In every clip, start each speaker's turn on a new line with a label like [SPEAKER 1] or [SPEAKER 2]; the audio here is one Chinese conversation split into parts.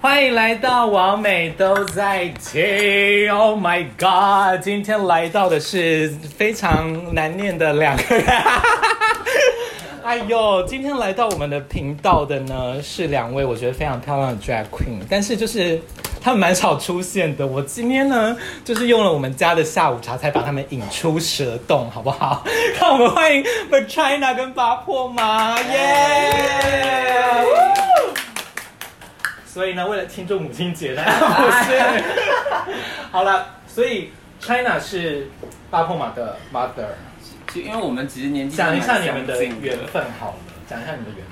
[SPEAKER 1] 欢迎来到王美都在听。Oh my god！今天来到的是非常难念的两个人。 哎呦，今天来到我们的频道的呢是两位我觉得非常漂亮的 drag queen，但是就是他们蛮少出现的。我今天呢就是用了我们家的下午茶才把他们引出蛇洞，好不好？ 让我们欢迎 b e China 跟八婆妈，耶、所以呢，为了庆祝母亲节呢，不是， 好了，所以 China 是八婆马的 mother，
[SPEAKER 2] 就因为我们其实年纪
[SPEAKER 1] 讲一下
[SPEAKER 2] 蛮
[SPEAKER 1] 你们的
[SPEAKER 2] 相近
[SPEAKER 1] 缘分好了，讲一下你们的缘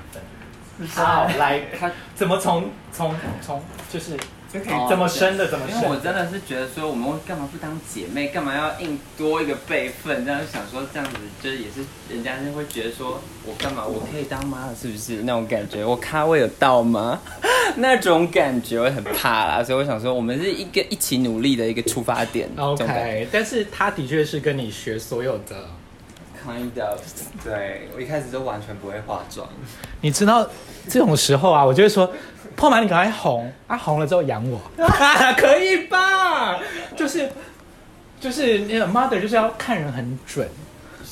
[SPEAKER 1] 分。好
[SPEAKER 2] 好，
[SPEAKER 1] 来，
[SPEAKER 2] 他
[SPEAKER 1] 怎么从从从就是
[SPEAKER 2] 就可
[SPEAKER 1] 怎么生的怎么
[SPEAKER 2] 哦因为我
[SPEAKER 1] 生？
[SPEAKER 2] 真的是觉得说，我们干嘛不当姐妹，干嘛要硬多一个辈分？这样想说，这样子就是也是人家就会觉得说我干嘛，我可以当妈了，是不是那种感觉？我咖位有到吗？ 那种感觉我很怕啦，所以我想说，我们是一个一起努力的一个出发点。这种感觉
[SPEAKER 1] OK，但是他的确是跟你学所有的。
[SPEAKER 2] kind of，对我一开始就完全不会化妆，
[SPEAKER 1] 你知道这种时候啊，我就会说，破马你赶快红啊，红了之后 养我，可以吧？就是就是那个 mother 就是要看人很准，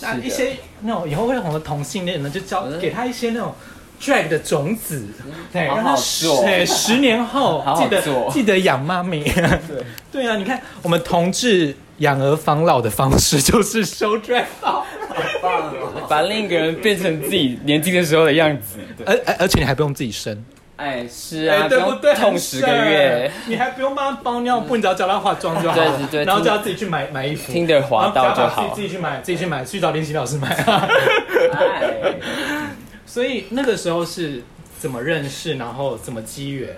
[SPEAKER 1] 那
[SPEAKER 2] 是的
[SPEAKER 1] 一些那种以后会红的同性恋呢，就教
[SPEAKER 2] 我真的
[SPEAKER 1] 给他一些那种 drag 的种子，对，
[SPEAKER 2] 嗯好好
[SPEAKER 1] 让他十
[SPEAKER 2] 做
[SPEAKER 1] 对十年后
[SPEAKER 2] 好好
[SPEAKER 1] 记得
[SPEAKER 2] 做
[SPEAKER 1] 记得养妈 咪。
[SPEAKER 2] 对，
[SPEAKER 1] 对啊，你看我们同志养儿防老的方式就是收 drag 好，
[SPEAKER 2] 把另一个人变成自己年轻的时候的样子。
[SPEAKER 1] 而而而且你还不用自己生。
[SPEAKER 2] 哎，是
[SPEAKER 1] 哎，
[SPEAKER 2] 啊，
[SPEAKER 1] 对不
[SPEAKER 2] 用
[SPEAKER 1] 对？
[SPEAKER 2] 痛
[SPEAKER 1] 很
[SPEAKER 2] 十个月，
[SPEAKER 1] 省，你还不用帮他包尿布，你只要叫他化妆就好了。
[SPEAKER 2] 对对对
[SPEAKER 1] 然后
[SPEAKER 2] 听
[SPEAKER 1] 叫他自己去买买衣服，
[SPEAKER 2] 听得滑到
[SPEAKER 1] 然
[SPEAKER 2] 就
[SPEAKER 1] 后叫他
[SPEAKER 2] 好
[SPEAKER 1] 自。己自己去买，自己去买，去找林奇老师买。
[SPEAKER 2] 哎，
[SPEAKER 1] 所以那个时候是怎么认识，然后怎么机缘？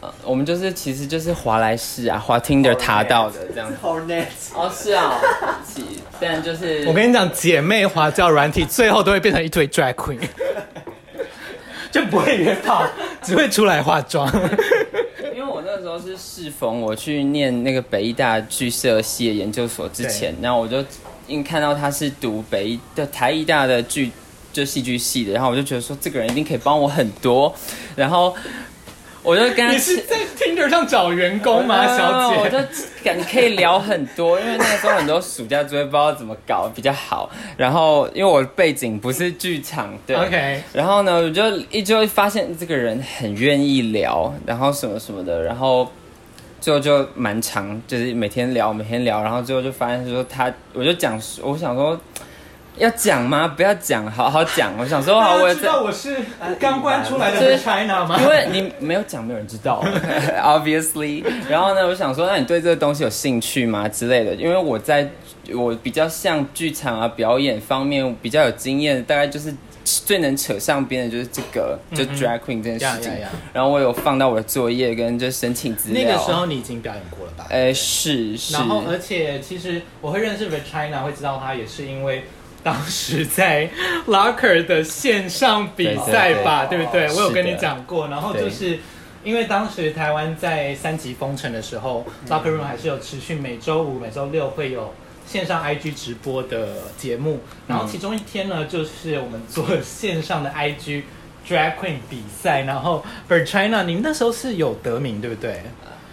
[SPEAKER 2] 呃我们就是其实就是华莱士啊，华听的查到的这样子。
[SPEAKER 3] 好 net，
[SPEAKER 2] 哦，是啊，起但就是
[SPEAKER 1] 我跟你讲，姐妹滑教软体最后都会变成一堆 drag queen，就不会约炮，只会出来化妆。
[SPEAKER 2] 因为我那时候是适逢我去念那个北医大剧社系的研究所之前，然后我就因看到他是读北医的台艺大的剧就戏剧系的，然后我就觉得说这个人一定可以帮我很多，然后我就跟他
[SPEAKER 1] 你是在 Tinder 上找员工吗，
[SPEAKER 2] 没有
[SPEAKER 1] 小
[SPEAKER 2] 啊没有我就
[SPEAKER 1] 姐？
[SPEAKER 2] 感觉可以聊很多，因为那个时候很多暑假作业不知道怎么搞比较好。然后因为我的背景不是剧场，对
[SPEAKER 1] OK
[SPEAKER 2] 然后呢，我就一就发现这个人很愿意聊，然后什么什么的，然后最后就蛮长，就是每天聊，每天聊，然后最后就发现说他，我就讲，我想说。要讲吗？不要讲，好好讲。我想说，好，我
[SPEAKER 1] 大家知
[SPEAKER 2] 在
[SPEAKER 1] 道我是刚关出来的
[SPEAKER 2] 就是
[SPEAKER 1] China 吗？
[SPEAKER 2] 因为你没有讲，没有人知道 ，obviously。然后呢，我想说，那你对这个东西有兴趣吗之类的？因为我在我比较像剧场啊、表演方面比较有经验，大概就是最能扯上边的就是这个，
[SPEAKER 1] 嗯
[SPEAKER 2] 就 drag queen 这件事情。
[SPEAKER 1] 呀呀呀
[SPEAKER 2] 然后我有放到我的作业跟就申请资
[SPEAKER 1] 那
[SPEAKER 2] 料。啊
[SPEAKER 1] 个时，候你已经表演过了吧？
[SPEAKER 2] 呃，是是，
[SPEAKER 1] 然后，而呃且其实我会认识 The China，会知道他也是因为当时在 Locker 的线上比赛吧，
[SPEAKER 2] 对
[SPEAKER 1] 对
[SPEAKER 2] 对
[SPEAKER 1] 不
[SPEAKER 2] 对
[SPEAKER 1] 对？我有
[SPEAKER 2] 是的
[SPEAKER 1] 跟你讲过，然后
[SPEAKER 2] 对
[SPEAKER 1] 就是。因为当时台湾在三级封城的时候、l o
[SPEAKER 2] 嗯
[SPEAKER 1] c k e r Room 还是有持续每周五、每周六会有线上 IG 直播的节目，然
[SPEAKER 2] 嗯
[SPEAKER 1] 后其中一天呢，就是我们做线上的 IG Drag Queen 比赛，然后 Bird China，你们那时候是有得名对不对？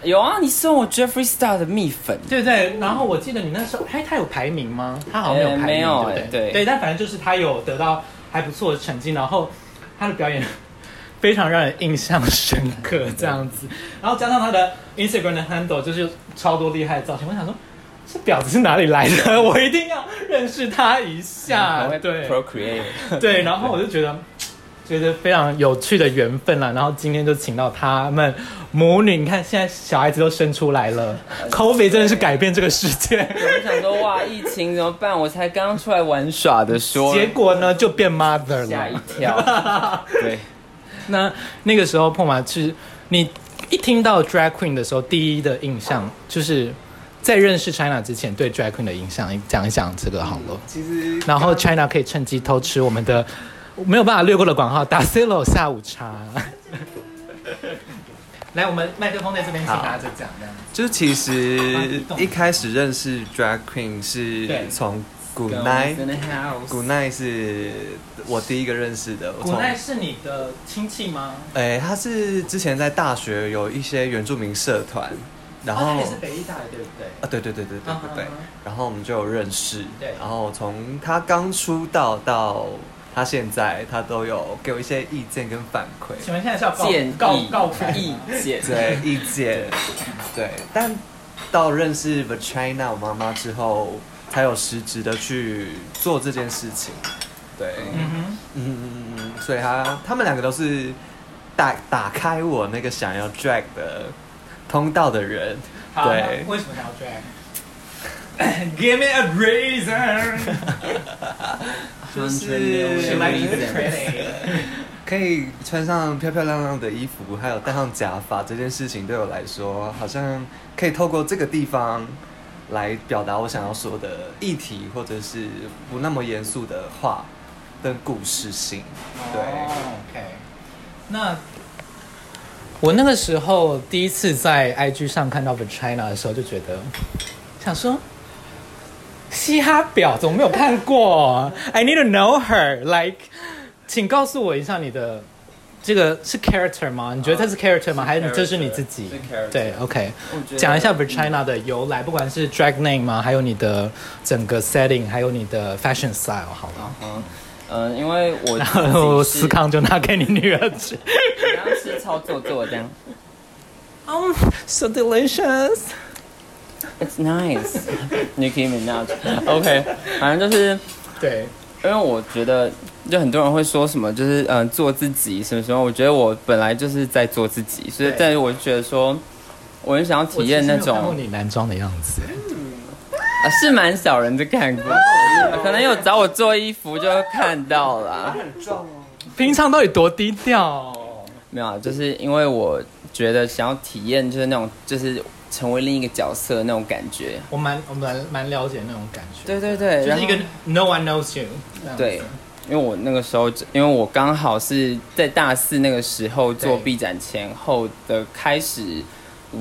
[SPEAKER 2] 有啊，你送我 Jeffree Star 的蜜粉。
[SPEAKER 1] 对对，然后我记得你那时候，哎，他有排名吗？他好像没有排名，
[SPEAKER 2] 呃没有
[SPEAKER 1] 对不对？
[SPEAKER 2] 哎对
[SPEAKER 1] 但反正就是他有得到还不错的成绩，然后他的表演非常让人印象深刻，这样子，然后加上他的 Instagram 的 handle 就是超多厉害的造型，我想说。这婊子是哪里来的？ 我一定要认识他一下
[SPEAKER 2] 很。嗯会
[SPEAKER 1] 对
[SPEAKER 2] procreate，
[SPEAKER 1] 对，然后我就觉得觉得非常有趣的缘分啦。然后今天就请到他们母女，你看现在小孩子都生出来 了，COVID 真的是改变这个世界。
[SPEAKER 2] 我就想说哇，疫情怎么办？我才刚出来玩耍的 说，
[SPEAKER 1] 结果呢，就变 mother
[SPEAKER 2] 吓一
[SPEAKER 1] 了。
[SPEAKER 2] 跳。 对，
[SPEAKER 1] 那那个时候，碰马是你一听到 drag queen 的时候，第一的印象就是在认识 China 之前对 drag queen 的印象，你讲一讲这个好了。
[SPEAKER 3] 其实
[SPEAKER 1] 然后 China 可以趁机偷吃我们的没有办法略过的广告，打 C 罗下午 茶。来，我们麦克风在这边，请大家讲这样。
[SPEAKER 3] 就是其
[SPEAKER 1] 啊你
[SPEAKER 3] 实
[SPEAKER 1] 懂
[SPEAKER 3] 一开始认识 drag queen 是
[SPEAKER 1] 对
[SPEAKER 3] 从 Good
[SPEAKER 2] Girls in
[SPEAKER 3] night，Good
[SPEAKER 2] the house。
[SPEAKER 3] night 是我第一个认识的。我
[SPEAKER 1] 古
[SPEAKER 3] 从
[SPEAKER 1] 奈是你的亲戚吗？
[SPEAKER 3] 哎、他是之前在大学有一些原住民社团，然后、
[SPEAKER 2] 哦，他也是北医大的，对不对？
[SPEAKER 3] 啊，对对对对对对对
[SPEAKER 1] 啊啊啊，
[SPEAKER 3] 然后我们就有认识，
[SPEAKER 2] 对
[SPEAKER 3] 然后从他刚出道到他现在，他都有给我一些意见跟反馈，
[SPEAKER 1] 请问现在是要告
[SPEAKER 2] 建议
[SPEAKER 1] 告告牌
[SPEAKER 2] 意
[SPEAKER 1] 吗？
[SPEAKER 2] 见，
[SPEAKER 3] 对意见，对，但到认识 The China 我妈妈之后，才有实质的去做这件事情，对，
[SPEAKER 1] 嗯哼，
[SPEAKER 3] 嗯嗯嗯嗯嗯，所以他他们两个都是打打开我那个想要 drag 的通道的人，
[SPEAKER 1] 好，那
[SPEAKER 3] 对
[SPEAKER 1] 为什么想要 drag？Give me a reason，
[SPEAKER 3] 就是
[SPEAKER 1] she might be pretty。
[SPEAKER 3] 可以穿上漂漂亮亮的衣服，还有戴上假发这件事情，对我来说，好像可以透过这个地方来表达我想要说的议题，或者是不那么严肃的话跟故事性。对
[SPEAKER 1] 哦，OK。那我那个时候第一次在 IG 上看到 The China 的时候，就觉得想说。嘻哈婊怎么没有看过？I need to know her. Like，请告诉我一下你的这个是 character 吗？你觉得他是 character 吗？
[SPEAKER 2] 啊是
[SPEAKER 1] 还是你这是
[SPEAKER 2] character，
[SPEAKER 1] 你自己
[SPEAKER 2] 是 character？
[SPEAKER 1] 对，OK。
[SPEAKER 2] 我觉得嗯
[SPEAKER 1] 讲一下 Virginia 的由来，不管是 drag name 吗？还有你的整个 setting，还有你的 fashion style，好了。
[SPEAKER 2] 嗯，呃，因为 我
[SPEAKER 1] 然后
[SPEAKER 2] 自己
[SPEAKER 1] 思
[SPEAKER 2] 是，
[SPEAKER 1] 康就拿给你女儿 吃。
[SPEAKER 2] 你要是操作做这样
[SPEAKER 1] Um, so delicious。
[SPEAKER 2] ，It's nice 。Nicki Minaj，OK，反正就是
[SPEAKER 1] 对，
[SPEAKER 2] 因为我觉得，就很多人会说什么，就是嗯、呃做自己什么什么。我觉得我本来就是在做自己，所以
[SPEAKER 1] 对
[SPEAKER 2] 但是我就觉得说，我很想要体验那
[SPEAKER 1] 我其实
[SPEAKER 2] 种
[SPEAKER 1] 没有看过你男装的样子。
[SPEAKER 2] 啊，是蛮少人在 看过，可能有找我做衣服就看到啦。
[SPEAKER 1] 平常到底多低调？
[SPEAKER 2] 没有啊，就是因为我觉得想要体验，就是那种就是成为另一个角色的那种感觉。
[SPEAKER 1] 我蛮我蛮蛮了解那种感觉。
[SPEAKER 2] 对对对，
[SPEAKER 1] 就
[SPEAKER 2] 然
[SPEAKER 1] 是
[SPEAKER 2] 后
[SPEAKER 1] 一个 no one knows you 这样子。
[SPEAKER 2] 对，因为我那个时候，因为我刚好是在大四那个时候做
[SPEAKER 1] 对
[SPEAKER 2] 毕展前后的开始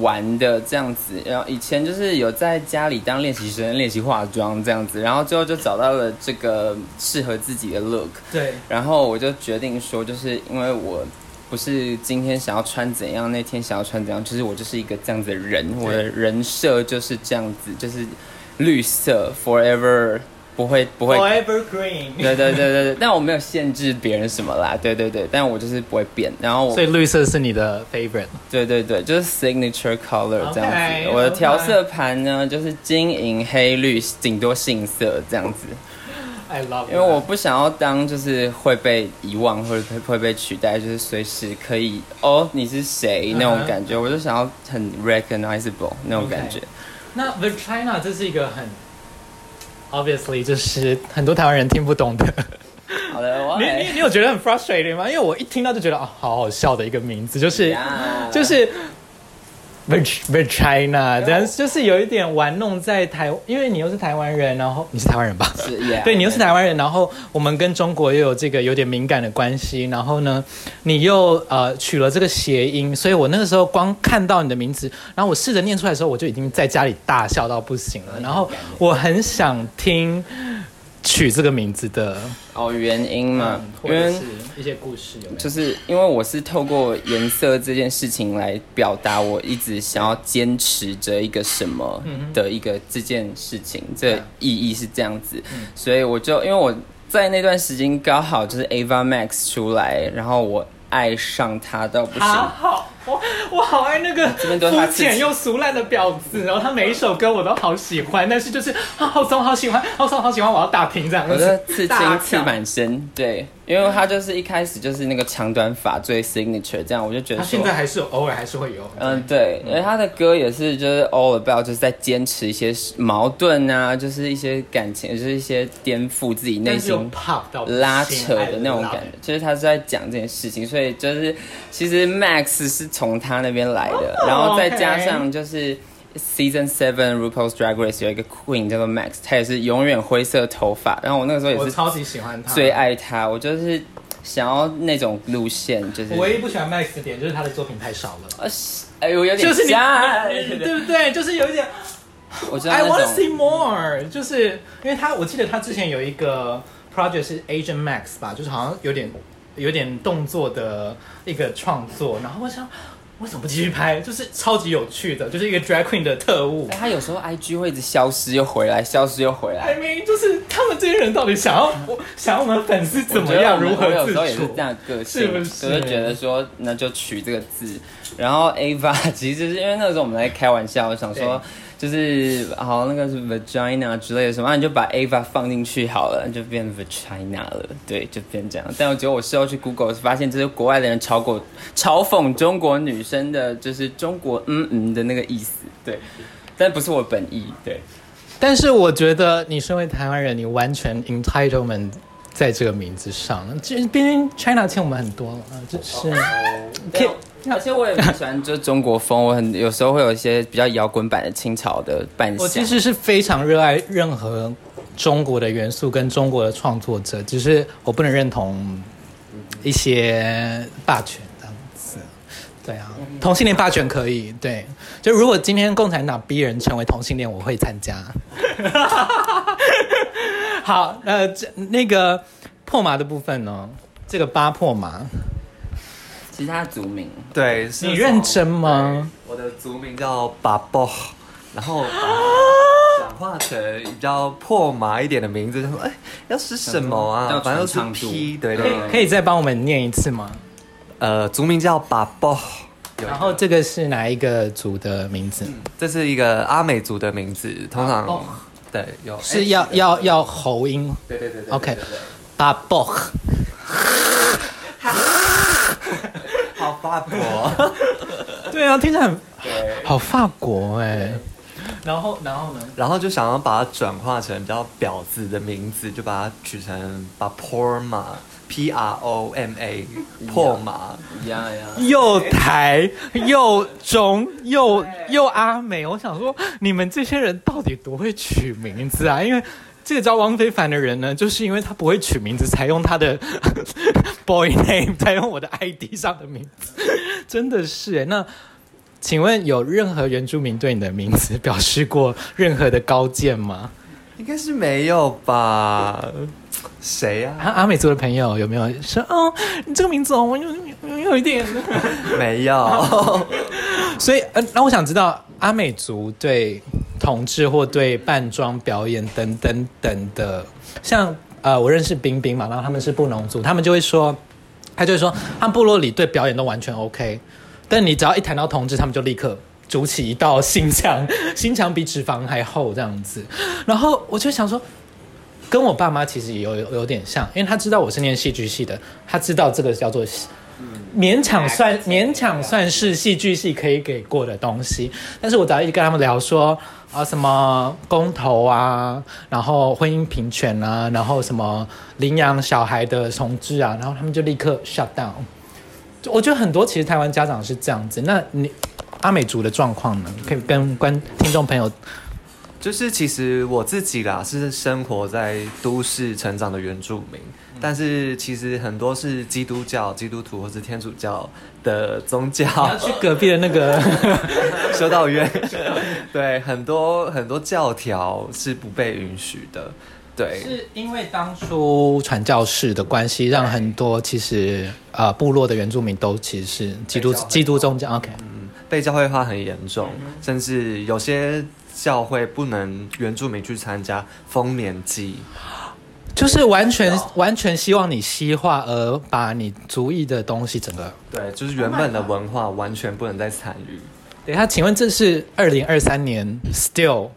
[SPEAKER 2] 玩的这样子，然后以前就是有在家里当练习生练习化妆这样子，然后最后就找到了这个适合自己的 look，
[SPEAKER 1] 对，
[SPEAKER 2] 然后我就决定说，就是因为我不是今天想要穿怎样，那天想要穿怎样，就是我就是一个这样子的人，我的人设就是这样子，就是绿色 forever，不会不会
[SPEAKER 1] Forever Green。
[SPEAKER 2] 对对对对对，但我没有限制别人什么啦，对对对，但我就是不会变。然后我
[SPEAKER 1] 所以绿色是你的 favorite。
[SPEAKER 2] 对对对，就是 signature color 这样子。
[SPEAKER 1] OK，
[SPEAKER 2] 我的调色盘呢，就是金银黑绿，顶多杏色这样子。
[SPEAKER 1] I love。
[SPEAKER 2] 因为我不想要当就是会被遗忘或者会会被取代，就是随时可以哦你是
[SPEAKER 1] 嗯
[SPEAKER 2] 谁那种感觉我就想要很 recognizable 那种感觉。
[SPEAKER 1] 那 The China 这是一个很 obviously 就是很多台湾人听不懂的。
[SPEAKER 2] 好的，我
[SPEAKER 1] 你
[SPEAKER 2] 来
[SPEAKER 1] 你你有觉得很 frustrated 吗？因为我一听到就觉得啊、好好笑的一个名字，就是
[SPEAKER 2] 呀
[SPEAKER 1] 就是 v i r v i r China，这样就是有一点玩弄在台，因为你又是台湾人，然后你是台湾人吧？
[SPEAKER 2] 是 yeah，
[SPEAKER 1] 对，你又是台湾人，然后我们跟中国又有这个有点敏感的关系，然后呢，你又呃取了这个谐音，所以我那个时候光看到你的名字，然后我试着念出来的时候，我就已经在家里大笑到不行了，然后我很想听取这个名字的。
[SPEAKER 2] 哦原因嘛，
[SPEAKER 1] 嗯或
[SPEAKER 2] 因
[SPEAKER 1] 者
[SPEAKER 2] 为
[SPEAKER 1] 是一些故事有没有？
[SPEAKER 2] 就是因为我是透过颜色这件事情来表达我一直想要坚持着一个什么
[SPEAKER 1] 嗯
[SPEAKER 2] 的一个这件事情，这意义是这样子，
[SPEAKER 1] 嗯
[SPEAKER 2] 所以我就因为我在那段时间刚好就是 Ava Max 出来，然后我爱上他到不行，
[SPEAKER 1] 啊，好，我我好爱那个
[SPEAKER 2] 边都是他
[SPEAKER 1] 肤
[SPEAKER 2] 自己
[SPEAKER 1] 浅又俗烂的婊子，然后他每一首歌我都好喜欢，但是就是啊，好怂，好喜欢，好怂，好喜欢，我要打平这样。
[SPEAKER 2] 我
[SPEAKER 1] 就
[SPEAKER 2] 的
[SPEAKER 1] 是
[SPEAKER 2] 刺青
[SPEAKER 1] 大
[SPEAKER 2] 刺
[SPEAKER 1] 跳
[SPEAKER 2] 满身，对，因为他就是一开始就是那个长短发最 signature 这样，我就觉得
[SPEAKER 1] 他
[SPEAKER 2] 说
[SPEAKER 1] 现在还是有偶尔还是会有，
[SPEAKER 2] 嗯，对，因为他的歌也是就是 all about 就是在坚持一些矛盾啊，就是一些感情，就是一些颠覆自己内
[SPEAKER 1] 但是有
[SPEAKER 2] 心
[SPEAKER 1] pop 到不行
[SPEAKER 2] 拉扯的那种
[SPEAKER 1] I love
[SPEAKER 2] 感觉，就是他是在讲这件事情，所以就是其实 Max 是从他那边来的，
[SPEAKER 1] 哦
[SPEAKER 2] 然后再加上就是。Season Seven RuPaul's Drag Race 有一个 Queen 叫做 Max，她也是永远灰色头发。然后我那个时候
[SPEAKER 1] it
[SPEAKER 2] 也
[SPEAKER 1] 我
[SPEAKER 2] 是
[SPEAKER 1] 超级喜欢他，
[SPEAKER 2] 最。爱她，我就是想要那种路线，就是
[SPEAKER 1] 我唯一不喜欢 Max 的点就是他的作品太少了，
[SPEAKER 2] 呃哎，我有点
[SPEAKER 1] 就是你，
[SPEAKER 2] 吓
[SPEAKER 1] 你你对不对？就是有一点
[SPEAKER 2] 我知道
[SPEAKER 1] I want
[SPEAKER 2] 那
[SPEAKER 1] to
[SPEAKER 2] 种
[SPEAKER 1] see more，就是因为他，我记得他之前有一个 project 是 Asian Max 吧，就是好像有点有点动作的一个创作，然后我想。为什么不继续拍？就是超级有趣的，就是一个 drag queen 的特务
[SPEAKER 2] 哎。他有时候 IG 会一直消失又回来，消失又回
[SPEAKER 1] I
[SPEAKER 2] 来。
[SPEAKER 1] mean，就是他们这些人到底想要我想要我们粉丝怎么样，
[SPEAKER 2] 我觉
[SPEAKER 1] 如
[SPEAKER 2] 得我
[SPEAKER 1] 何
[SPEAKER 2] 们我有
[SPEAKER 1] 自
[SPEAKER 2] 时候也是
[SPEAKER 1] 处
[SPEAKER 2] 这？样的个性，
[SPEAKER 1] 是不是
[SPEAKER 2] 我就觉得说那就取这个字。然后 Ava 其实是因为那时候我们在开玩笑，想说就是好那个是 vagina 之类的什么，啊你就把 Ava 放进去好了，就变 vagina 了，对，就变这样。但我觉得我事后去 Google 发现，这是国外的人嘲讽嘲讽中国女生的，就是中国嗯嗯的那个意思，对，但不是我本意，对。
[SPEAKER 1] 但是我觉得你身为台湾人，你完全 entitlement 在这个名字上。这毕竟 China 欠我们很多了，啊就是
[SPEAKER 2] 对啊而且我也很喜欢就是中国风，我很有时候会有一些比较摇滚版的清朝的扮相。
[SPEAKER 1] 我其实是非常热爱任何中国的元素跟中国的创作者，只是我不能认同一些霸权这样子。对啊，
[SPEAKER 3] 嗯
[SPEAKER 1] 同性恋霸权可以。对，就如果今天共产党逼人成为同性恋，我会参加。 好，呃，这那个破麻的部分呢？这个八破麻，
[SPEAKER 2] 其实他的族名，
[SPEAKER 3] 对，是
[SPEAKER 1] 你认真吗？
[SPEAKER 3] 我的族名叫巴波，然后把它转化成比较破麻一点的名字，就说哎，要吃什么啊？
[SPEAKER 2] 叫
[SPEAKER 3] 反正都是
[SPEAKER 2] 传唱度
[SPEAKER 3] P，对
[SPEAKER 1] 可
[SPEAKER 3] 对
[SPEAKER 1] 以。可以再帮我们念一次吗？
[SPEAKER 3] 呃，族名叫巴波，有一
[SPEAKER 1] 然
[SPEAKER 3] 个
[SPEAKER 1] 后这个是哪一个族的名字？
[SPEAKER 3] 这是一个阿美族的名字，通常、
[SPEAKER 1] 哦
[SPEAKER 3] 哎对有
[SPEAKER 1] 是要要要喉音
[SPEAKER 3] 对对对对
[SPEAKER 1] OK 八 b
[SPEAKER 3] 好法国，
[SPEAKER 1] 对啊，听起来很好法国哎、然后然后呢？
[SPEAKER 3] 然后就想要把它转化成比较婊子的名字，就把它取成把 Porma P R O M A 破马，
[SPEAKER 2] 一样一样。
[SPEAKER 1] 又台又中又又阿美，我想说你们这些人到底多会取名字啊？因为这个叫汪非凡的人呢，就是因为他不会取名字，才用他的 boy name，才用我的 ID 上的名字，真的是哎、那请问有任何原住民对你的名字表示过任何的高见吗？
[SPEAKER 3] 应该是没有吧？谁
[SPEAKER 1] 啊
[SPEAKER 3] 啊？
[SPEAKER 1] 阿美族的朋友有没有说哦，你这个名字哦，我有有有一点。
[SPEAKER 3] 没有，
[SPEAKER 1] 所以，呃，那我想知道阿美族对同志或对扮装表演等等等的，像呃，我认识冰冰嘛，然后他们是布农族，他们就会说，他就会说，他们部落里对表演都完全 OK，但你只要一谈到同志，他们就立刻。筑起一道心墙，心墙比脂肪还厚这样子。然后我就想说，跟我爸妈其实也有有有点像，因为他知道我是念戏剧系的，他知道这个叫做戏勉强算勉强算是戏剧系可以给过的东西，但是我早一直跟他们聊说啊什么公投啊，然后婚姻平权啊，然后什么领养小孩的重置啊，然后他们就立刻 shut down。就我觉得很多其实台湾家长是这样子，那你阿美族的状况呢？可以跟观听众朋友
[SPEAKER 3] 就是其实我自己啦，是生活在都市成长的原住民，但是其实很多是基督教、基督徒或是天主教的宗教。
[SPEAKER 1] 去隔壁的那个。
[SPEAKER 3] 修道院，对，很多很多教条是不被允许的，对，
[SPEAKER 1] 是因为当初传教士的关系，让很多其实呃部落的原住民都其实是基督
[SPEAKER 2] 被教会
[SPEAKER 1] 基督宗教。OK，
[SPEAKER 3] 被教会化很严重，甚至有些教会不能原住民去参加丰年祭，
[SPEAKER 1] 就是完全完全希望你西化，而把你族裔的东西整个。
[SPEAKER 3] 对，就是原本的文化完全不能再参与。
[SPEAKER 1] 等一下，请问这是二零二三年 still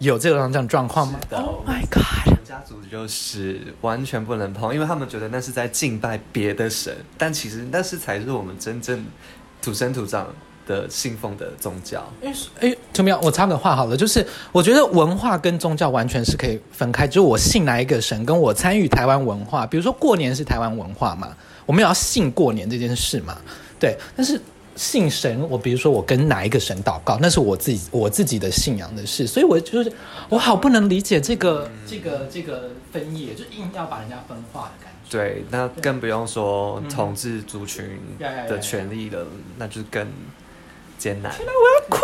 [SPEAKER 1] 有这种这种状况吗
[SPEAKER 3] 的
[SPEAKER 1] ？Oh my god！
[SPEAKER 3] 我们家族就是完全不能碰，因为他们觉得那是在敬拜别的神，但其实那是才是我们真正土生土长的信奉的宗教。
[SPEAKER 1] 哎，怎么样？我插个话好了，就是我觉得文化跟宗教完全是可以分开，就是我信哪一个神，跟我参与台湾文化，比如说过年是台湾文化嘛，我们也要信过年这件事嘛，对。但是信神，我比如说我跟哪一个神祷告，那是我自己我自己的信仰的事，所以我就是我好不能理解这个这个这个分野，就硬要把人家分化的感觉。
[SPEAKER 3] 对，那更不用说统治族群
[SPEAKER 1] 嗯呀呀呀呀
[SPEAKER 3] 的权利了，那就更艰难。
[SPEAKER 1] 我要哭了。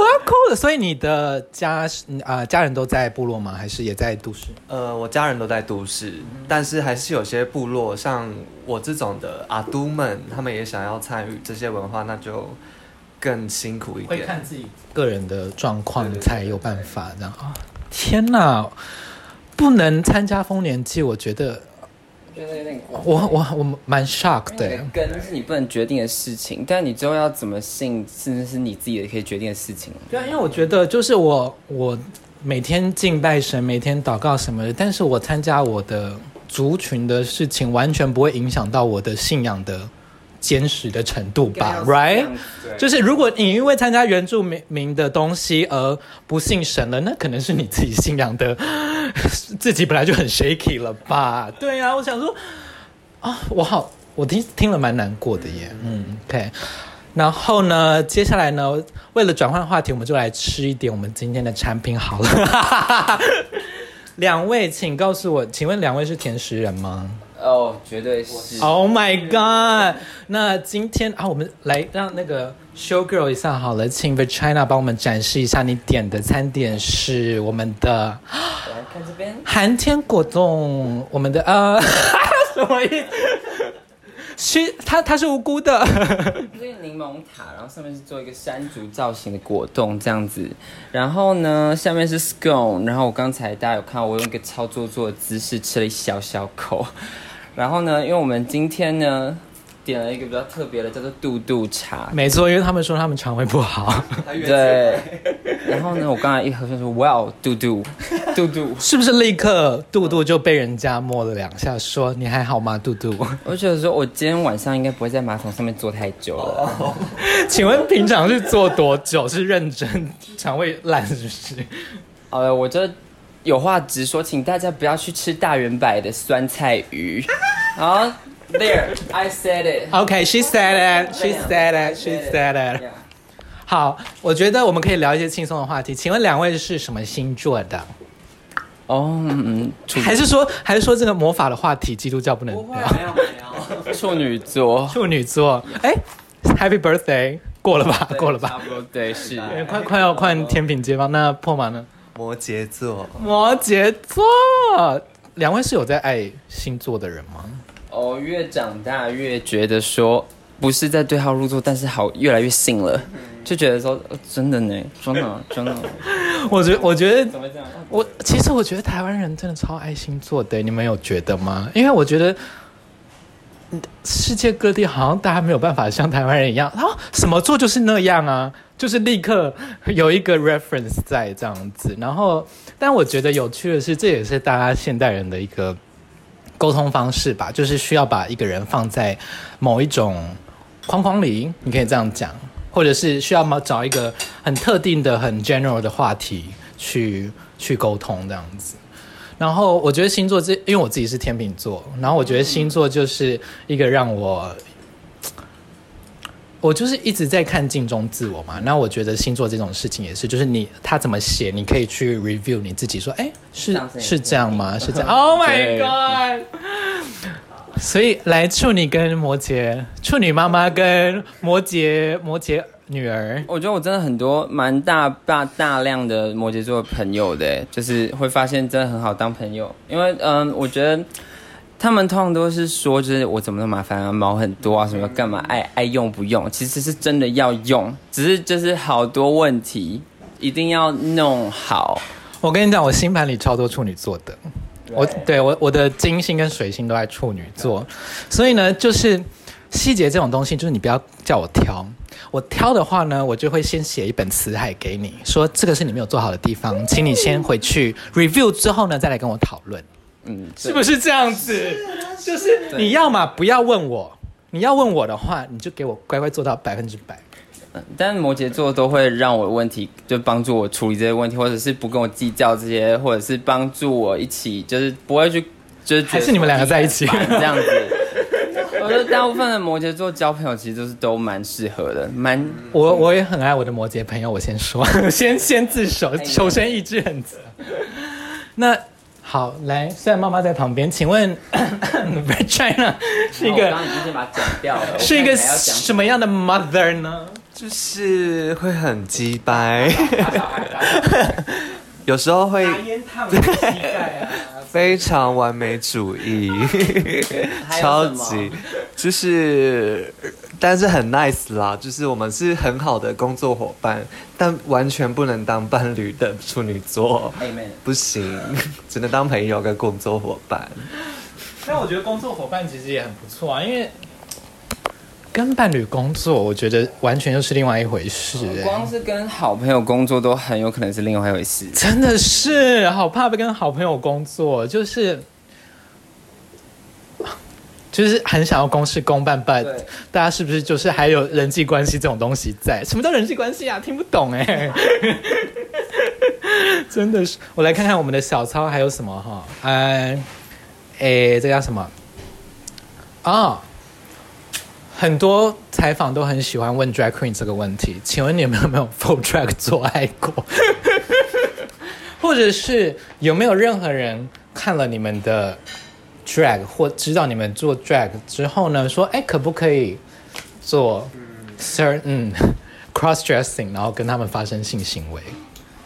[SPEAKER 1] 我要哭了。所以你的家是呃家人都在部落吗？还是也在都市？
[SPEAKER 3] 呃，我家人都在都市，
[SPEAKER 1] 嗯
[SPEAKER 3] 但是还是有些部落，像我这种的阿都们，他们也想要参与这些文化，那就更辛苦一
[SPEAKER 1] 会
[SPEAKER 3] 点。
[SPEAKER 1] 看自己个人的状况
[SPEAKER 3] 对对对
[SPEAKER 1] 才有办法这样啊！天哪，不能参加丰年祭，我觉得
[SPEAKER 2] 觉得有点过
[SPEAKER 1] 我我我蛮 shock
[SPEAKER 2] 因为
[SPEAKER 1] 的
[SPEAKER 2] 你的。根是你不能决定的事情，但你之后要怎么信，甚至是你自己的可以决定的事情。
[SPEAKER 1] 对啊，因为我觉得就是我我每天敬拜神，每天祷告什么的，但是我参加我的族群的事情，完全不会影响到我的信仰的坚实的程度吧？Right？就是如果你因为参加原住民民的东西而不信神了，那可能是你自己信仰的， 自己本来就很 shaky 了吧？对啊，我想说啊，我好，我听听了蛮难过的耶。嗯，OK。然后呢，接下来呢，为了转换话题，我们就来吃一点我们今天的产品好了。 两位，请告诉我，请问两位是甜食人吗？
[SPEAKER 2] 哦，绝对是。
[SPEAKER 1] Oh my god！那今天啊，我们来让那个 show girl 一下好了，请 v China 帮我们展示一下你点的餐点是我们的
[SPEAKER 2] 来看这边，
[SPEAKER 1] 寒天果冻，我们的呃什么意思？是它它是无辜的，
[SPEAKER 2] 这是柠檬塔，然后上面是做一个山竹造型的果冻这样子，然后呢，下面是 scone，然后我刚才大家有看到我用一个超做作的姿势吃了一小小口，然后呢，因为我们今天呢点了一个比较特别的，叫做杜杜茶，
[SPEAKER 1] 没错，因为他们说他们肠胃不好，
[SPEAKER 2] 对，然后呢，我刚才一喝就说哇哦，嘟嘟，嘟嘟，
[SPEAKER 1] 是不是立刻杜杜就被人家摸了两下，说你还好吗，杜杜？
[SPEAKER 2] 我觉得说我今天晚上应该不会在马桶上面坐太久了，
[SPEAKER 1] 请问平常是坐多久？是认真肠胃烂是不是？
[SPEAKER 2] 好了，呃我这有话直说，请大家不要去吃大圆柏的酸菜鱼，好，there I said it，
[SPEAKER 1] Okay, she said it. She said it. She said it. 好，我觉得我们可以聊一些轻松的话题。请问两位是什么星座的？
[SPEAKER 2] 哦，嗯，处
[SPEAKER 1] 还是说，还是说这个魔法的话题，基督教不能聊？
[SPEAKER 2] 有没有，处女座，
[SPEAKER 1] 处女座，哎，Happy Birthday，过了吧，过了吧
[SPEAKER 2] 差。不多 对是，
[SPEAKER 1] 哎快快要换天平街吧？那破马呢？
[SPEAKER 3] 摩羯座，
[SPEAKER 1] 摩羯座，两位是有在爱星座的人吗？
[SPEAKER 2] 哦，越长大越觉得说不是在对号入座，但是好越来越信了，就觉得说、呃真的呢，真的真的，
[SPEAKER 1] 我觉我觉得
[SPEAKER 2] 怎么讲？
[SPEAKER 1] 我其实我觉得台湾人真的超爱星座的，你们有觉得吗？因为我觉得嗯世界各地好像大家没有办法像台湾人一样，然、后什么座就是那样啊，就是立刻有一个 reference 在这样子。然后，但我觉得有趣的是，这也是大家现代人的一个沟通方式吧，就是需要把一个人放在某一种框框里，你可以这样讲，或者是需要么找一个很特定的、很 general 的话题去去沟通这样子。然后我觉得星座这，因为我自己是天秤座，然后我觉得星座就是一个让我，我就是一直在看镜中自我嘛。那我觉得星座这种事情也是，就是你他怎么写，你可以去 review 你自己，说，哎，是
[SPEAKER 2] 上次也
[SPEAKER 1] 是
[SPEAKER 2] 是
[SPEAKER 1] 这样吗？是这样？Oh my
[SPEAKER 2] 对
[SPEAKER 1] god！所以来处女跟摩羯，处女妈妈跟摩羯摩羯女儿，
[SPEAKER 2] 我觉得我真的很多蛮大大大量的摩羯座的朋友的，就是会发现真的很好当朋友，因为嗯，我觉得他们通常都是说，就是我怎么那么麻烦啊，毛很多啊，什么干嘛，爱爱用不用，其实是真的要用，只是就是好多问题一定要弄好。
[SPEAKER 1] 我跟你讲，我星盘里超多处女座的，我对我我的金星跟水星都在处女座，所以呢，就是细节这种东西，就是你不要叫我挑，我挑的话呢，我就会先写一本词海给你，说这个是你没有做好的地方，请你先回去 review 之后呢，再来跟我讨论。
[SPEAKER 2] 嗯，
[SPEAKER 1] 是不是这样子？就是你要嘛不要问我，你要问我的话，你就给我乖乖做到百分之百。
[SPEAKER 2] 但摩羯座都会让我问题，就帮助我处理这些问题，或者是不跟我计较这些，或者是帮助我一起，就是不会去，就是觉得
[SPEAKER 1] 还是你们两个在一起
[SPEAKER 2] 说很烦这样子。我觉得大部分的摩羯座交朋友其实都是都蛮适合的，蛮
[SPEAKER 1] 我我也很爱我的摩羯朋友，我先说，
[SPEAKER 2] 嗯
[SPEAKER 1] 先先自首，
[SPEAKER 2] 哎
[SPEAKER 1] 求生意志很强。那好，来，虽然妈妈在旁边，请问 Red China 是一
[SPEAKER 2] 我
[SPEAKER 1] 个
[SPEAKER 2] 刚刚已经先把它剪掉了，
[SPEAKER 1] 是一
[SPEAKER 2] 我
[SPEAKER 1] 个
[SPEAKER 2] 看你还要讲
[SPEAKER 1] 什么样的 mother 呢？
[SPEAKER 3] 就是会很鸡掰，
[SPEAKER 2] 打小孩，打小孩，
[SPEAKER 3] 有时候会
[SPEAKER 1] 拿烟烫你的膝盖啊！
[SPEAKER 3] 非常完美主义，
[SPEAKER 2] 还
[SPEAKER 3] 超
[SPEAKER 2] 有什么
[SPEAKER 3] 级就是，但是很 nice 啦，就是我们是很好的工作伙伴，但完全不能当伴侣的处女座，
[SPEAKER 2] Amen。
[SPEAKER 3] 不行，只能当朋友跟工作伙伴。
[SPEAKER 1] 但我觉得工作伙伴其实也很不错啊，因为跟伴侣工作，我觉得完全又是另外一回事、哎
[SPEAKER 2] 光是跟好朋友工作都很有可能是另外一回事。
[SPEAKER 1] 真的是好怕跟好朋友工作，就是就是很想要公事公办办。
[SPEAKER 2] 对
[SPEAKER 1] 大家是不是就是还有人际关系这种东西在？什么叫人际关系啊？听不懂哎、 真的是。我来看看我们的小抄还有什么哈？嗯，哎，这叫什么？哦，很多采访都很喜欢问 drag queen 这个问题，请问你们有没有 full drag 做爱过？或者是有没有任何人看了你们的 drag 或知道你们做 drag 之后呢，说哎可不可以做 certain cross dressing，然后跟他们发生性行为？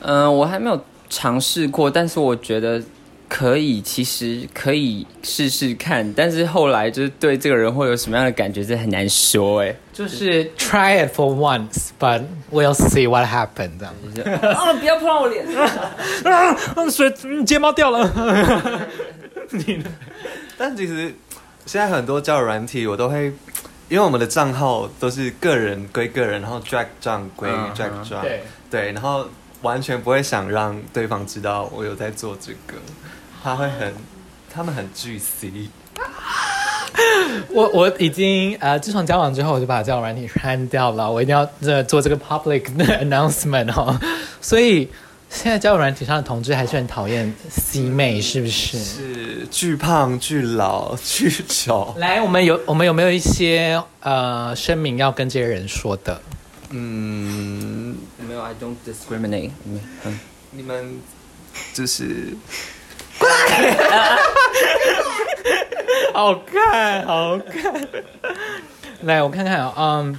[SPEAKER 2] 嗯、我还没有尝试过，但是我觉得可以，其实可以试试看。但是后来就是对这个人会有什么样的感觉，这很难说哎、
[SPEAKER 1] 就是 try it for once，but we'll see what happen 这样。
[SPEAKER 2] 啊，不要碰到我脸！
[SPEAKER 1] 啊，啊水嗯睫毛掉了。 你呢？
[SPEAKER 3] 但其实现在很多交友软体，我都会，因为我们的账号都是个人归个人，然后 drag 账归
[SPEAKER 2] 嗯
[SPEAKER 3] drag 账，
[SPEAKER 1] 对
[SPEAKER 3] 对，然后完全不会想让对方知道我有在做这个，他会很，他们很巨 C，
[SPEAKER 1] 我我已经呃，自从交往之后，我就把交友软体删掉了。我一定要这做这个 public 的 announcement 哦。所以现在交友软体上的同志还是很讨厌 C 妹，是不是？
[SPEAKER 3] 是巨胖、巨老、巨丑。
[SPEAKER 1] 来，我们有我们有没有一些呃声明要跟这些人说的？
[SPEAKER 3] 嗯，
[SPEAKER 2] 没有，I don't discriminate。嗯
[SPEAKER 3] 你们就是
[SPEAKER 1] 好看，好看。 来，我看看啊、嗯，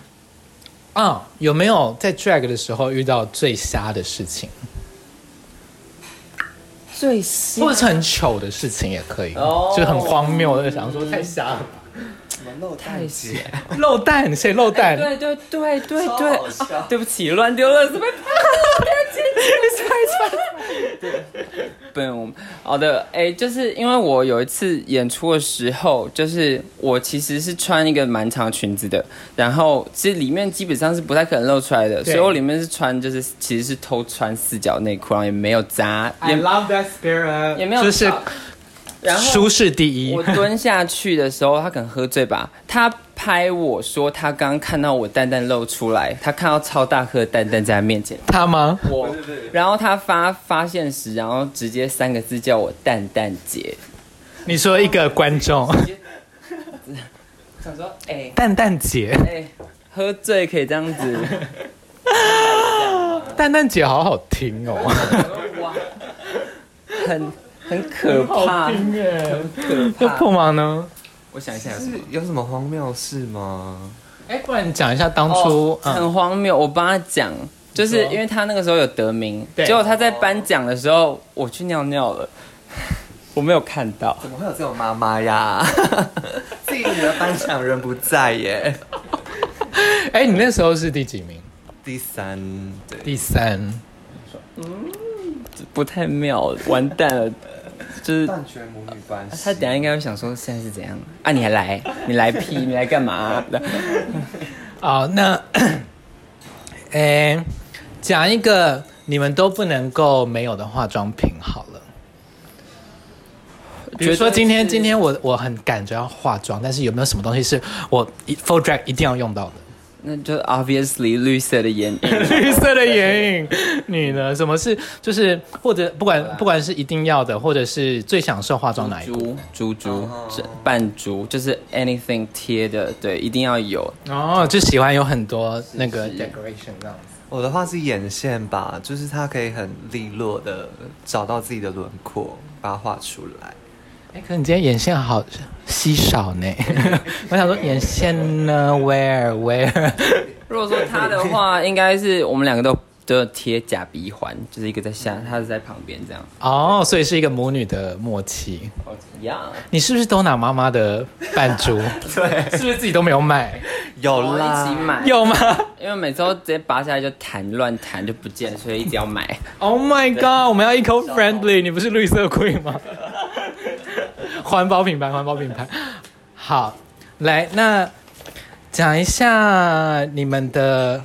[SPEAKER 1] 啊，有没有在 drag 的时候遇到最瞎的事情，
[SPEAKER 2] 最新
[SPEAKER 1] 或者是很糗的事情也可以，
[SPEAKER 2] 哦
[SPEAKER 1] 就很荒谬的，想说太瞎了。
[SPEAKER 3] 漏
[SPEAKER 2] 太闲，
[SPEAKER 1] 漏蛋，谁漏蛋？
[SPEAKER 2] 对对对对
[SPEAKER 3] 超
[SPEAKER 2] 对
[SPEAKER 3] 好笑
[SPEAKER 2] 啊对不起，乱丢了，怎 么？本好的，哎、就是因为我有一次演出的时候，就是我其实是穿一个蛮长裙子的，然后其实里面基本上是不太可能露出来的，
[SPEAKER 1] 对
[SPEAKER 2] 所以我里面是穿就是其实是偷穿四角内裤，然后也没有扎，
[SPEAKER 3] 哎
[SPEAKER 2] 也
[SPEAKER 1] love that spirit，
[SPEAKER 2] 也没有
[SPEAKER 1] 就是
[SPEAKER 2] 找然后
[SPEAKER 1] 舒适第一
[SPEAKER 2] 我。 蹲下去的时候，他可能喝醉吧，他拍我说他刚刚看到我蛋蛋露出来，他看到超大颗的蛋蛋在他面前，
[SPEAKER 1] 他吗？
[SPEAKER 2] 我，然后他发发现时，然后直接三个字叫我蛋蛋姐，
[SPEAKER 1] 你说一个观众，
[SPEAKER 2] 想说哎
[SPEAKER 1] 蛋蛋姐，
[SPEAKER 2] 哎、喝醉可以这样 子，
[SPEAKER 1] 蛋蛋姐好好听哦，
[SPEAKER 2] 哇，很很可怕，
[SPEAKER 1] 耶。
[SPEAKER 2] 可
[SPEAKER 1] 那
[SPEAKER 2] 怕
[SPEAKER 1] 破。芒呢？
[SPEAKER 2] 我想一下有什么
[SPEAKER 3] 是有什么荒谬事吗？
[SPEAKER 1] 哎，不然你讲一下当初
[SPEAKER 2] 哦，
[SPEAKER 1] 嗯，
[SPEAKER 2] 很荒谬。我帮他讲，就是因为他那个时候有得名，
[SPEAKER 1] 对
[SPEAKER 2] 结果他在颁奖的时候，我去尿尿了，我没有看到。
[SPEAKER 3] 怎么会有这种妈妈呀？ 自己女儿颁奖人不在耶。
[SPEAKER 1] 哎，你那时候是第几名？
[SPEAKER 3] 第三，对，
[SPEAKER 1] 第三。
[SPEAKER 2] 不太妙，完蛋了，就是。
[SPEAKER 3] 断绝母女关系。
[SPEAKER 2] 啊他等一下应该会想说现在是怎样啊？你还来？你来屁？你来干嘛、
[SPEAKER 1] 好，那， 哎，讲一个你们都不能够没有的化妆品好了。比如说今天，今天我我很赶着要化妆，但是有没有什么东西是我一 full drag 一定要用到的？
[SPEAKER 2] 那就 obviously 绿色的眼 影，
[SPEAKER 1] 绿色的眼影，你呢？什么是就是或者不管不管是一定要的，或者是最享受化妆哪一个？
[SPEAKER 2] 珠珠珠
[SPEAKER 3] 哦
[SPEAKER 2] 这半珠，就是 anything 贴的，对，一定要有。
[SPEAKER 1] 哦，就喜欢有很多那个 decoration 这样子。
[SPEAKER 3] 我的话是眼线吧，就是它可以很利落的找到自己的轮廓，把它画出来。
[SPEAKER 1] 哎，可你今天眼线好稀少呢。我想说眼线呢，where where
[SPEAKER 2] 如果说他的 话，应该是我们两个都都有贴假鼻环，就是一个在下，他是在旁边这样。
[SPEAKER 1] 哦，所以是一个母女的默契。
[SPEAKER 2] 哦，呀，
[SPEAKER 1] 你是不是都拿妈妈的扮珠？
[SPEAKER 3] 对，
[SPEAKER 1] 是不是自己都没有买？
[SPEAKER 3] 有
[SPEAKER 2] 一起
[SPEAKER 3] 啦，
[SPEAKER 2] 买，
[SPEAKER 1] 有吗
[SPEAKER 2] 因为每次都直接拔下来就弹乱弹就不见了，所以一定要买。
[SPEAKER 1] ？Oh my god！我们要 eco friendly，你不是绿色贵吗？ 环保品牌，环保品牌。好，来，那讲一下你们的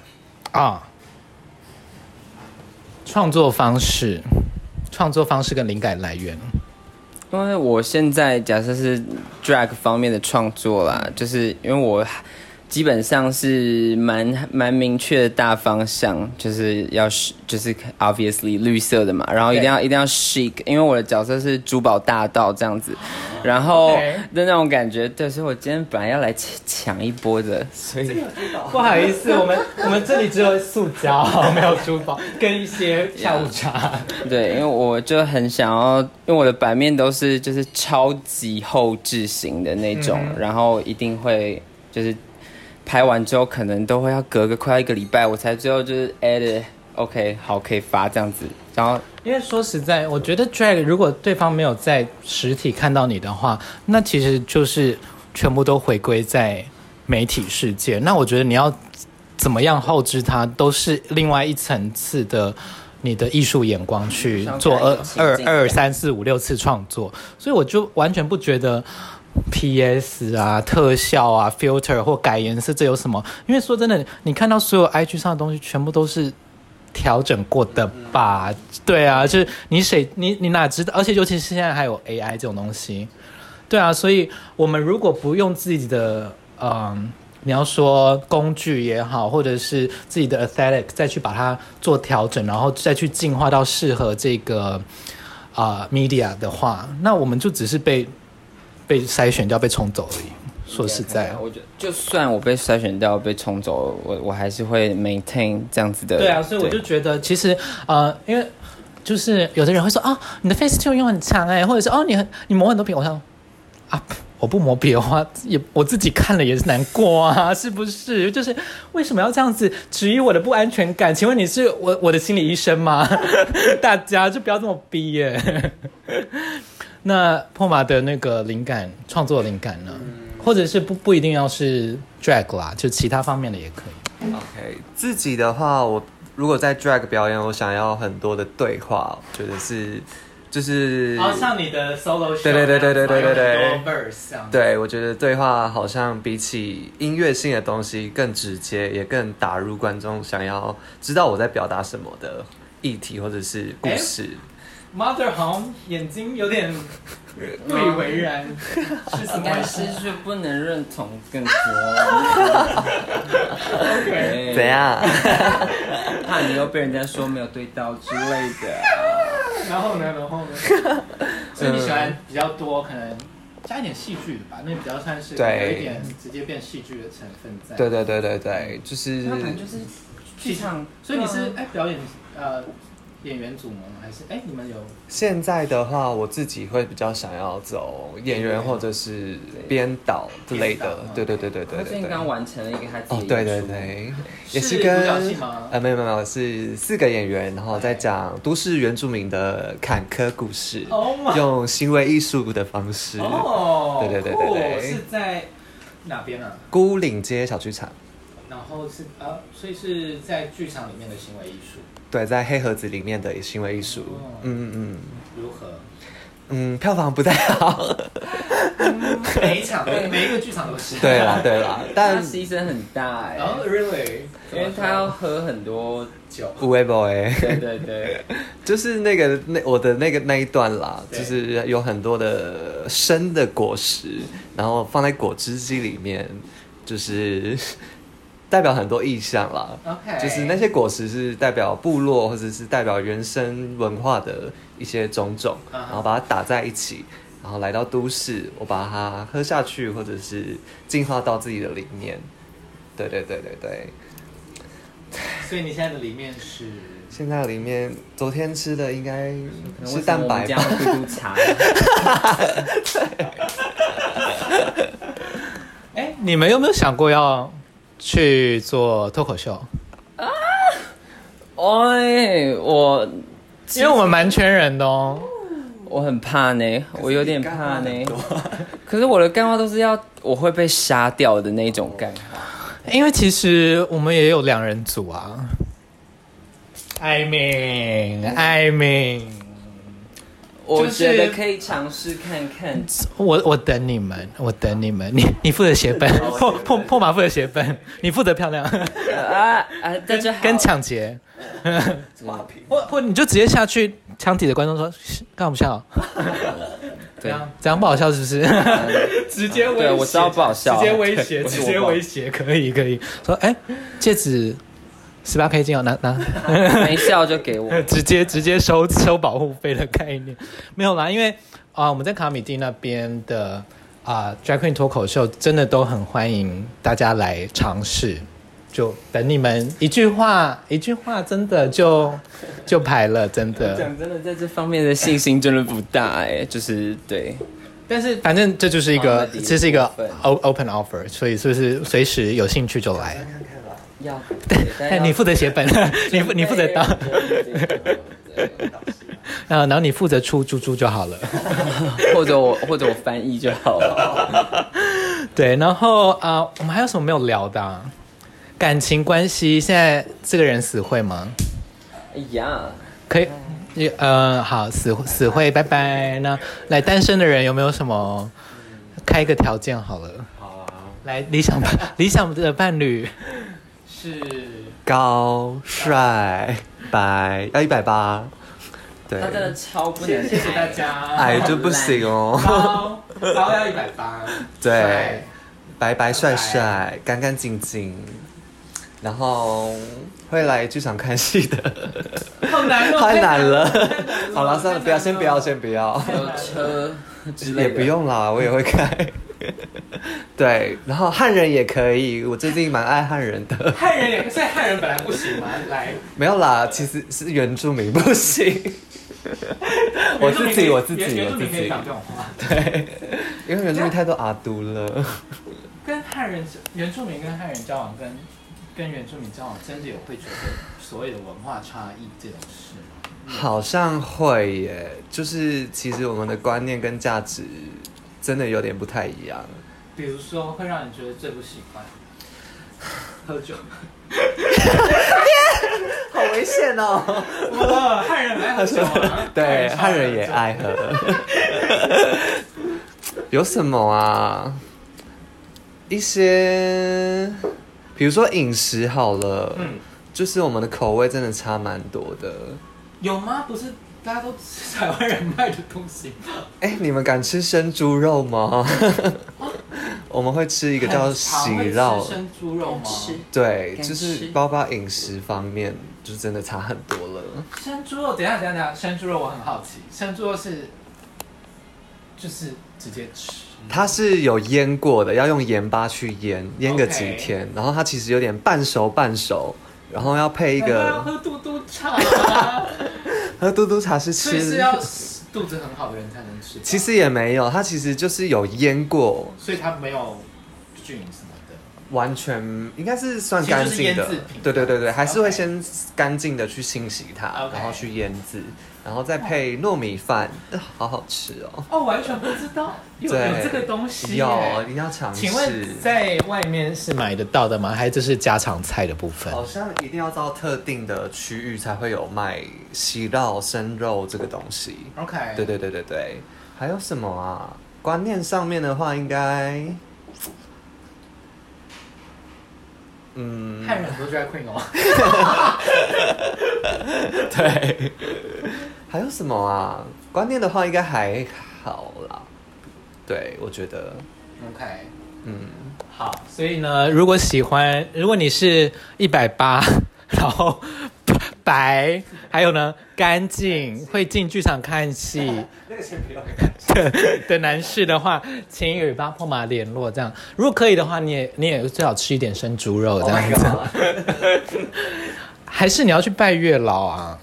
[SPEAKER 1] 啊创作方式，创作方式跟灵感来源。
[SPEAKER 2] 因为我现在假设是 drag 方面的创作啦，就是因为我基本上是蛮蛮明确的大方向，就是要是就是 obviously 绿色的嘛，然后一定要一定要 chic，因为我的角色是珠宝大盗这样子，然后
[SPEAKER 1] OK
[SPEAKER 2] 的那种感觉，对，所以我今天本来要来抢抢一波的，所以
[SPEAKER 1] 不好意思，我们我们这里只有塑胶，没有珠宝，跟一些下午茶。
[SPEAKER 2] 对，因为我就很想要，因为我的版面都是就是超级后置型的那种，
[SPEAKER 1] 嗯
[SPEAKER 2] 然后一定会就是拍完之后，可能都会要隔个快要一个礼拜，我才最后就是 edit OK 好可以发这样子，然后
[SPEAKER 1] 因为说实在，我觉得 drag 如果对方没有在实体看到你的话，那其实就是全部都回归在媒体世界。那我觉得你要怎么样后置它，都是另外一层次的你的艺术眼光去做
[SPEAKER 2] 上
[SPEAKER 1] 二
[SPEAKER 2] 看情
[SPEAKER 1] 二
[SPEAKER 2] 境
[SPEAKER 1] 二三四五六次创作，所以我就完全不觉得 PS 啊、特效啊、filter 或改颜色这有什么？因为说真的，你看到所有 IG 上的东西，全部都是调整过的吧？对啊，就是你谁你你哪知道？而且尤其是现在还有 AI 这种东西，对啊，所以我们如果不用自己的嗯。你要说工具也好，或者是自己的 aesthetic 再去把它做调整，然后再去进化到适合这个啊、media 的话，那我们就只是被被筛选掉、被冲走而已。说实在，
[SPEAKER 2] 我觉得就算我被筛选掉、被冲走，我我还是会 maintain 这样子的。
[SPEAKER 1] 对啊，所以我就觉得其实呃，因为就是有的人会说啊，你的 face tune 用很强哎、或者是哦，你很你磨很多笔，我想啊，我不磨笔的话，也我自己看了也是难过啊， 是不是？就是为什么要这样子质疑我的不安全感？请问你是我我的心理医生吗？ 大家就不要这么逼耶、 那破马的那个灵感创作灵感呢？或者是不不一定要是 drag 啦，就其他方面的也可以。
[SPEAKER 3] OK，自己的话，我如果在 drag 表演，我想要很多的对话，我觉得是就是，
[SPEAKER 1] 哦你的 solo，show
[SPEAKER 3] 对对对对对对对对
[SPEAKER 1] 有很多 verse 这样
[SPEAKER 3] 对我觉得对话好像比起音乐性的东西更直接，也更打入观众想要知道我在表达什么的议题或者是故事。
[SPEAKER 1] Mother 好像眼睛有点不以为然， 是什么
[SPEAKER 2] 应该
[SPEAKER 1] 意
[SPEAKER 2] 是
[SPEAKER 1] 思
[SPEAKER 2] 就不能认同更多。
[SPEAKER 1] ？OK，
[SPEAKER 3] 怎？
[SPEAKER 2] 啊
[SPEAKER 3] 样？
[SPEAKER 2] 怕你又被人家说没有对到之类的。
[SPEAKER 1] 然后呢，然 后呢？所以你喜欢比较多，可能加一点戏剧的吧，那比较算是
[SPEAKER 3] 对
[SPEAKER 1] 有一点直接变戏剧的成分在。
[SPEAKER 3] 对对对对对，就是
[SPEAKER 2] 他可能就是剧场，
[SPEAKER 1] 所以你
[SPEAKER 2] 啊
[SPEAKER 1] 是哎表演呃演员组吗？还是哎你们有
[SPEAKER 3] 现在的话，我自己会比较想要走演员或者是编导之类
[SPEAKER 1] 编
[SPEAKER 3] 的
[SPEAKER 1] 导。嗯
[SPEAKER 3] 对对对对对
[SPEAKER 2] 他最
[SPEAKER 3] 对
[SPEAKER 2] 近
[SPEAKER 3] 对。
[SPEAKER 2] 刚完成了一个他自
[SPEAKER 3] 哦
[SPEAKER 2] 己，的
[SPEAKER 3] 对
[SPEAKER 2] 演
[SPEAKER 3] 对
[SPEAKER 2] 出
[SPEAKER 3] 对，
[SPEAKER 1] 是
[SPEAKER 3] 也是
[SPEAKER 1] 独角戏
[SPEAKER 3] 跟
[SPEAKER 1] 吗
[SPEAKER 3] 呃没有没有没有是四个演员，然后再讲都市原住民的坎坷故事，
[SPEAKER 2] 哦
[SPEAKER 1] ？Oh my
[SPEAKER 3] 用行为艺术的方式。
[SPEAKER 1] 哦，
[SPEAKER 3] 对对对对
[SPEAKER 1] 酷
[SPEAKER 3] 对
[SPEAKER 1] 是在哪边啊？
[SPEAKER 3] 孤岭街小剧场，
[SPEAKER 1] 然后是啊，所以是在剧场里面的行为艺术
[SPEAKER 3] 对，在黑盒子里面的行为艺术
[SPEAKER 1] 哦。
[SPEAKER 3] 嗯嗯
[SPEAKER 1] 如 何？
[SPEAKER 3] 嗯嗯，票房不太好。
[SPEAKER 1] 每一场每一个剧场都是。
[SPEAKER 3] 对啦对啦，
[SPEAKER 2] 他
[SPEAKER 3] 但
[SPEAKER 2] 牺牲很大哎、
[SPEAKER 1] 然后 Oh, really，
[SPEAKER 2] 因为他要喝很多酒。
[SPEAKER 3] 无微博哎。
[SPEAKER 2] 对对 对，
[SPEAKER 3] 就是那个那我的那个那一段啦，
[SPEAKER 1] 对
[SPEAKER 3] 就是有很多的生的果实，然后放在果汁机里面，就是 代表很多意象啦。
[SPEAKER 1] OK，
[SPEAKER 3] 就是那些果实是代表部落或者是代表原生文化的一些种种，
[SPEAKER 1] 嗯哼
[SPEAKER 3] 然后把它打在一起，然后来到都市，我把它喝下去，或者是进化到自己的里面。对对对对对，
[SPEAKER 1] 所以你现在的里面是
[SPEAKER 3] 现在里面昨天吃的应该是
[SPEAKER 2] 为什么
[SPEAKER 3] 蛋
[SPEAKER 2] 我
[SPEAKER 3] 白
[SPEAKER 2] 们这
[SPEAKER 3] 吧
[SPEAKER 2] 样？会嘟嘟 茶，
[SPEAKER 1] 哎，你们有没有想过要去做脱口秀，
[SPEAKER 2] 哎，我
[SPEAKER 1] 因为我们蛮缺人的哦。
[SPEAKER 2] 我很怕呢，我有点怕呢
[SPEAKER 3] 你。干话很多
[SPEAKER 2] 可是我的干话都是要我会被杀掉的那一种干话。
[SPEAKER 1] 因为其实我们也有两人组啊。I mean, I mean，
[SPEAKER 2] 我觉
[SPEAKER 1] 就
[SPEAKER 2] 得
[SPEAKER 1] 是
[SPEAKER 2] 可以尝试看看。
[SPEAKER 1] 我我等你们，我等你们。你你负责写本， 破破破马负责写本，你负责漂亮，
[SPEAKER 2] 啊啊，大家好。
[SPEAKER 1] 跟抢劫，
[SPEAKER 3] 花瓶
[SPEAKER 1] 或或你就直接下去枪底的观众说，干嘛不 笑？
[SPEAKER 2] 对
[SPEAKER 1] 这样不好笑是不是？ 直接威胁，
[SPEAKER 2] 对我知道不好笑啊
[SPEAKER 1] 直接威胁，
[SPEAKER 2] 对我
[SPEAKER 1] 直接威胁，可以可以。说哎，戒指十八 K 金哦，拿拿，
[SPEAKER 2] 没笑就给 我。
[SPEAKER 1] 直接直接收收保护费的概念，没有啦，因为啊、我们在卡米蒂那边的啊、drag queen 脱口秀真的都很欢迎大家来尝试，就等你们一句话一句话，真的就就排了，真的。
[SPEAKER 2] 讲真的，在这方面的信心真的不大哎、就是对，
[SPEAKER 1] 但是反正这就是一个，
[SPEAKER 2] 好那第一
[SPEAKER 1] 这是一个
[SPEAKER 2] 部分
[SPEAKER 1] o open offer，所以是不是随时有兴趣就来？
[SPEAKER 3] 看看吧，
[SPEAKER 2] 要
[SPEAKER 1] 哎， 你负责写本， 你负你负责当，啊， 然后你负责出猪猪就好了。
[SPEAKER 2] 或者我或者我翻译就好了。
[SPEAKER 1] 对，然后啊、呃我们还有什么没有聊的、啊？感情关系，现在这个人死会吗？
[SPEAKER 2] 哎呀，
[SPEAKER 1] 可以，呃，好，死死会，拜拜。那来单身的人有没有什么开一个条件好了？
[SPEAKER 3] 好啊，
[SPEAKER 1] 来理想伴理想的伴侣
[SPEAKER 2] 是
[SPEAKER 3] 高帅白要一百八，对
[SPEAKER 2] 他，真的超不能，谢谢大家。
[SPEAKER 3] 矮就不行哦，
[SPEAKER 1] 高高要一百八，
[SPEAKER 3] 对，白白帅帅，干干净净，然后会来剧场看戏的，
[SPEAKER 1] 好难
[SPEAKER 3] 太 难了。好了，算了，不要，先不要，先不要，
[SPEAKER 2] 有车之类
[SPEAKER 3] 也
[SPEAKER 2] 的，
[SPEAKER 3] 不用啦，我也会开。 对，然后汉人也可以，我最近蛮爱汉人的。
[SPEAKER 1] 汉人也，所以汉人本来不行嘛，来，
[SPEAKER 3] 没有啦，其实是原住民不行。我自己，我自己，我自己，
[SPEAKER 1] 这种话。
[SPEAKER 3] 对，因为原住民太多阿都了。
[SPEAKER 1] 跟汉人原住民跟汉人交往，跟跟原住民交往，真的有会觉得所谓的文化差异这种事吗？
[SPEAKER 3] 好像会耶，就是其实我们的观念跟价值真的有点不太一样。
[SPEAKER 1] 比如说，会让你觉得最不喜欢喝酒，
[SPEAKER 3] 好危险哦！
[SPEAKER 1] 哇，汉人爱喝酒啊
[SPEAKER 3] 对，汉人也。爱喝。 有什么啊？一些，比如说饮食好了，
[SPEAKER 1] 嗯，
[SPEAKER 3] 就是我们的口味真的差蛮多的。
[SPEAKER 1] 有吗？不是大家都吃台湾人卖的东西吗？
[SPEAKER 3] 哎、你们敢吃生猪肉 吗？我们会吃一个叫喜
[SPEAKER 1] 很常会
[SPEAKER 3] 肉
[SPEAKER 1] 吃，生猪肉吗？
[SPEAKER 2] 吃
[SPEAKER 3] 对，
[SPEAKER 2] 敢
[SPEAKER 3] 就是
[SPEAKER 2] 吃
[SPEAKER 3] 包括饮食方面，就真的差很多了。
[SPEAKER 1] 生猪肉，等一下等一下等一下，生猪肉我很好奇，生猪肉是就是直接吃，
[SPEAKER 3] 它是有腌过的，要用盐巴去腌，腌个
[SPEAKER 1] OK
[SPEAKER 3] 几天然后它其实有点半熟半熟，然后要配一
[SPEAKER 1] 难怪要
[SPEAKER 3] 个
[SPEAKER 1] 哎喝嘟嘟茶啊。
[SPEAKER 3] 喝嘟嘟茶是
[SPEAKER 1] 所以是
[SPEAKER 3] 吃，
[SPEAKER 1] 要肚子很好的人才能吃。
[SPEAKER 3] 其，实也没有，它其实就是有腌过，
[SPEAKER 1] 所以它没有菌什么的。
[SPEAKER 3] 完全应该是算干
[SPEAKER 1] 其实
[SPEAKER 3] 净
[SPEAKER 1] 就
[SPEAKER 3] 的
[SPEAKER 1] 是腌制品，
[SPEAKER 3] 对对对对，还是会
[SPEAKER 1] OK
[SPEAKER 3] 先干净的去清洗它
[SPEAKER 1] OK
[SPEAKER 3] 然后去腌制，然后再配糯米饭，呃好好吃哦。
[SPEAKER 1] 哦，完全不知道有
[SPEAKER 3] 对
[SPEAKER 1] 有这个东西耶。
[SPEAKER 3] 有，一定要尝试。
[SPEAKER 1] 请问在外面是买得到的吗？还是这是家常菜的部分？
[SPEAKER 3] 好像一定要到特定的区域才会有卖喜肉、生肉这个东西。
[SPEAKER 1] OK，
[SPEAKER 3] 对，对对对对，还有什么啊？观念上面的话，应该，嗯，
[SPEAKER 1] 汉人很多 drag queen 哦，
[SPEAKER 3] 对，还有什么啊？观念的话，应该还好啦。对，我觉得，
[SPEAKER 1] OK。
[SPEAKER 3] 嗯，
[SPEAKER 1] 好，所以呢，如果喜欢，如果你是一百八， 然后白，还有呢干净，会进剧场看戏
[SPEAKER 3] 那个先不要。
[SPEAKER 1] 的的男士的话，请与巴破马联络。这样，如果可以的话，你也你也最好吃一点生猪 肉这样子，还是你要去拜月老啊？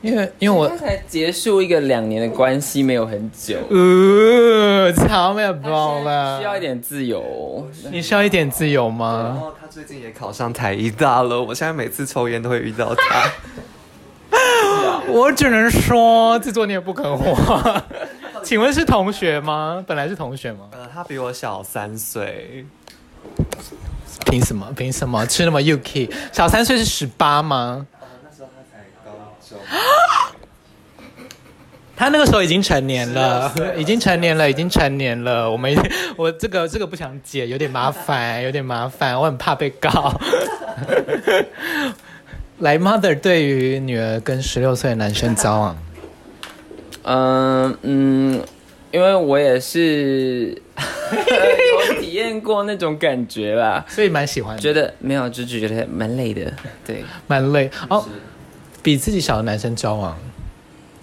[SPEAKER 1] 因为因为我
[SPEAKER 2] 他才结束一个两年的关系，没有很久，
[SPEAKER 1] 呃，草莓包
[SPEAKER 2] 需要一
[SPEAKER 1] 了，
[SPEAKER 2] 点自由哦。
[SPEAKER 1] 你需要一点自由
[SPEAKER 3] 然
[SPEAKER 1] 吗？
[SPEAKER 3] 后哦他最近也考上台医大了，我现在每次抽烟都会遇到 他。
[SPEAKER 1] 我只能说，自作孽不可活。请问是同学吗？本来是同学吗？
[SPEAKER 3] 呃，他比我小三岁，
[SPEAKER 1] 凭什么？凭什么吃那么 UK？小三岁是十八吗？
[SPEAKER 3] 那时候他才高中，
[SPEAKER 1] 他那个时候已经成年了
[SPEAKER 3] 16岁，了
[SPEAKER 1] 已经成年了，已经成年了。我们 我这个这个不想解，有点麻烦，有点麻烦，我很怕被 告。来，mother 对于女儿跟十六岁的男生交往，
[SPEAKER 2] 嗯嗯，因为我也是 有体验过那种感觉啦，
[SPEAKER 1] 所以蛮喜欢的，
[SPEAKER 2] 觉得没有，就只觉得蛮累的。对，
[SPEAKER 1] 蛮累哦。比自己小的男生交往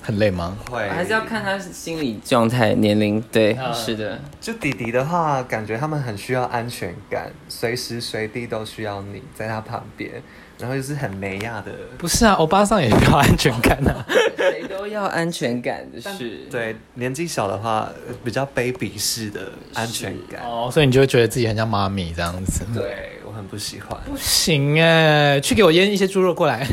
[SPEAKER 1] 很累吗？
[SPEAKER 3] 会
[SPEAKER 2] 还是要看他心理状态、年龄。对，
[SPEAKER 1] 嗯
[SPEAKER 2] 是的。
[SPEAKER 3] 就弟弟的话，感觉他们很需要安全感，随时随地都需要你在他旁边，然后就是很没亚的。
[SPEAKER 1] 不是啊，欧巴桑也需要安全感啊。
[SPEAKER 2] 谁都要安全感的是，
[SPEAKER 3] 对，年纪小的话，呃比较 baby 式的安全感。
[SPEAKER 1] 哦， 所以你就会觉得自己很像妈咪这样子。
[SPEAKER 3] 对我很不喜欢。
[SPEAKER 1] 不行哎，去给我腌一些猪肉过来。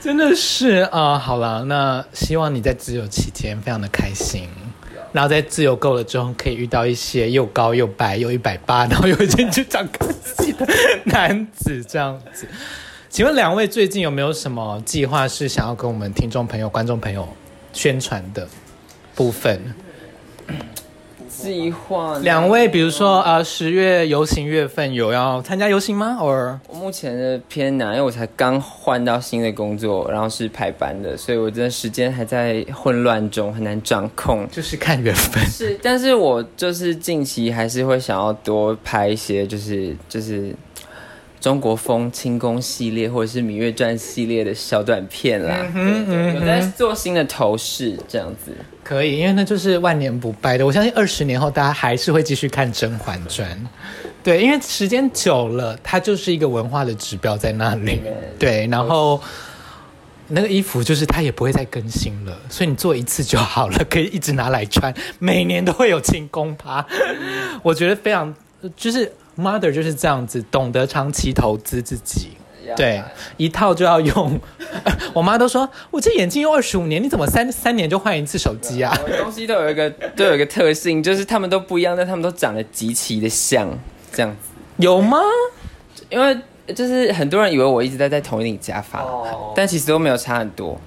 [SPEAKER 1] 真的是啊、呃好了，那希望你在自由期间非常的开心，然后在自由够了之后，可以遇到一些又高又白又一百八，然后又已经去长高系的男子这样子。请问两位最近有没有什么计划是想要跟我们听众朋友、观众朋友宣传的部分？
[SPEAKER 2] 计划
[SPEAKER 1] 两位，比如说呃，十月游行月份有要参加游行吗？or
[SPEAKER 2] 我目前的偏难，因为我才刚换到新的工作，然后是排班的，所以我真的时间还在混乱中，很难掌控。
[SPEAKER 1] 就是看缘分。
[SPEAKER 2] 是，但是我就是近期还是会想要多拍一些，就是就是中国风清宫系列或者是《芈月传》系列的小短片啦。
[SPEAKER 1] 嗯
[SPEAKER 2] 对有
[SPEAKER 1] 嗯，
[SPEAKER 2] 在做新的头饰这样子，
[SPEAKER 1] 可以，因为那就是万年不败的。我相信二十年后，大家还是会继续看《甄嬛传》。对，因为时间久了，它就是一个文化的指标在那里。对，然后那个衣服就是它也不会再更新了，所以你做一次就好了，可以一直拿来穿，每年都会有庆功趴。我觉得非常就是 mother 就是这样子，懂得长期投资自己。对，一套就要用。 我妈都说，我这眼镜用二十五年，你怎么三三年就换一次手机啊？
[SPEAKER 2] 我的东西都有一个都有一个特性，就是他们都不一样，但他们都长得极其的像，这样子。
[SPEAKER 1] 有吗？
[SPEAKER 2] 因为就是很多人以为我一直在戴同一顶假发，
[SPEAKER 3] 哦
[SPEAKER 2] 但其实都没有差很多。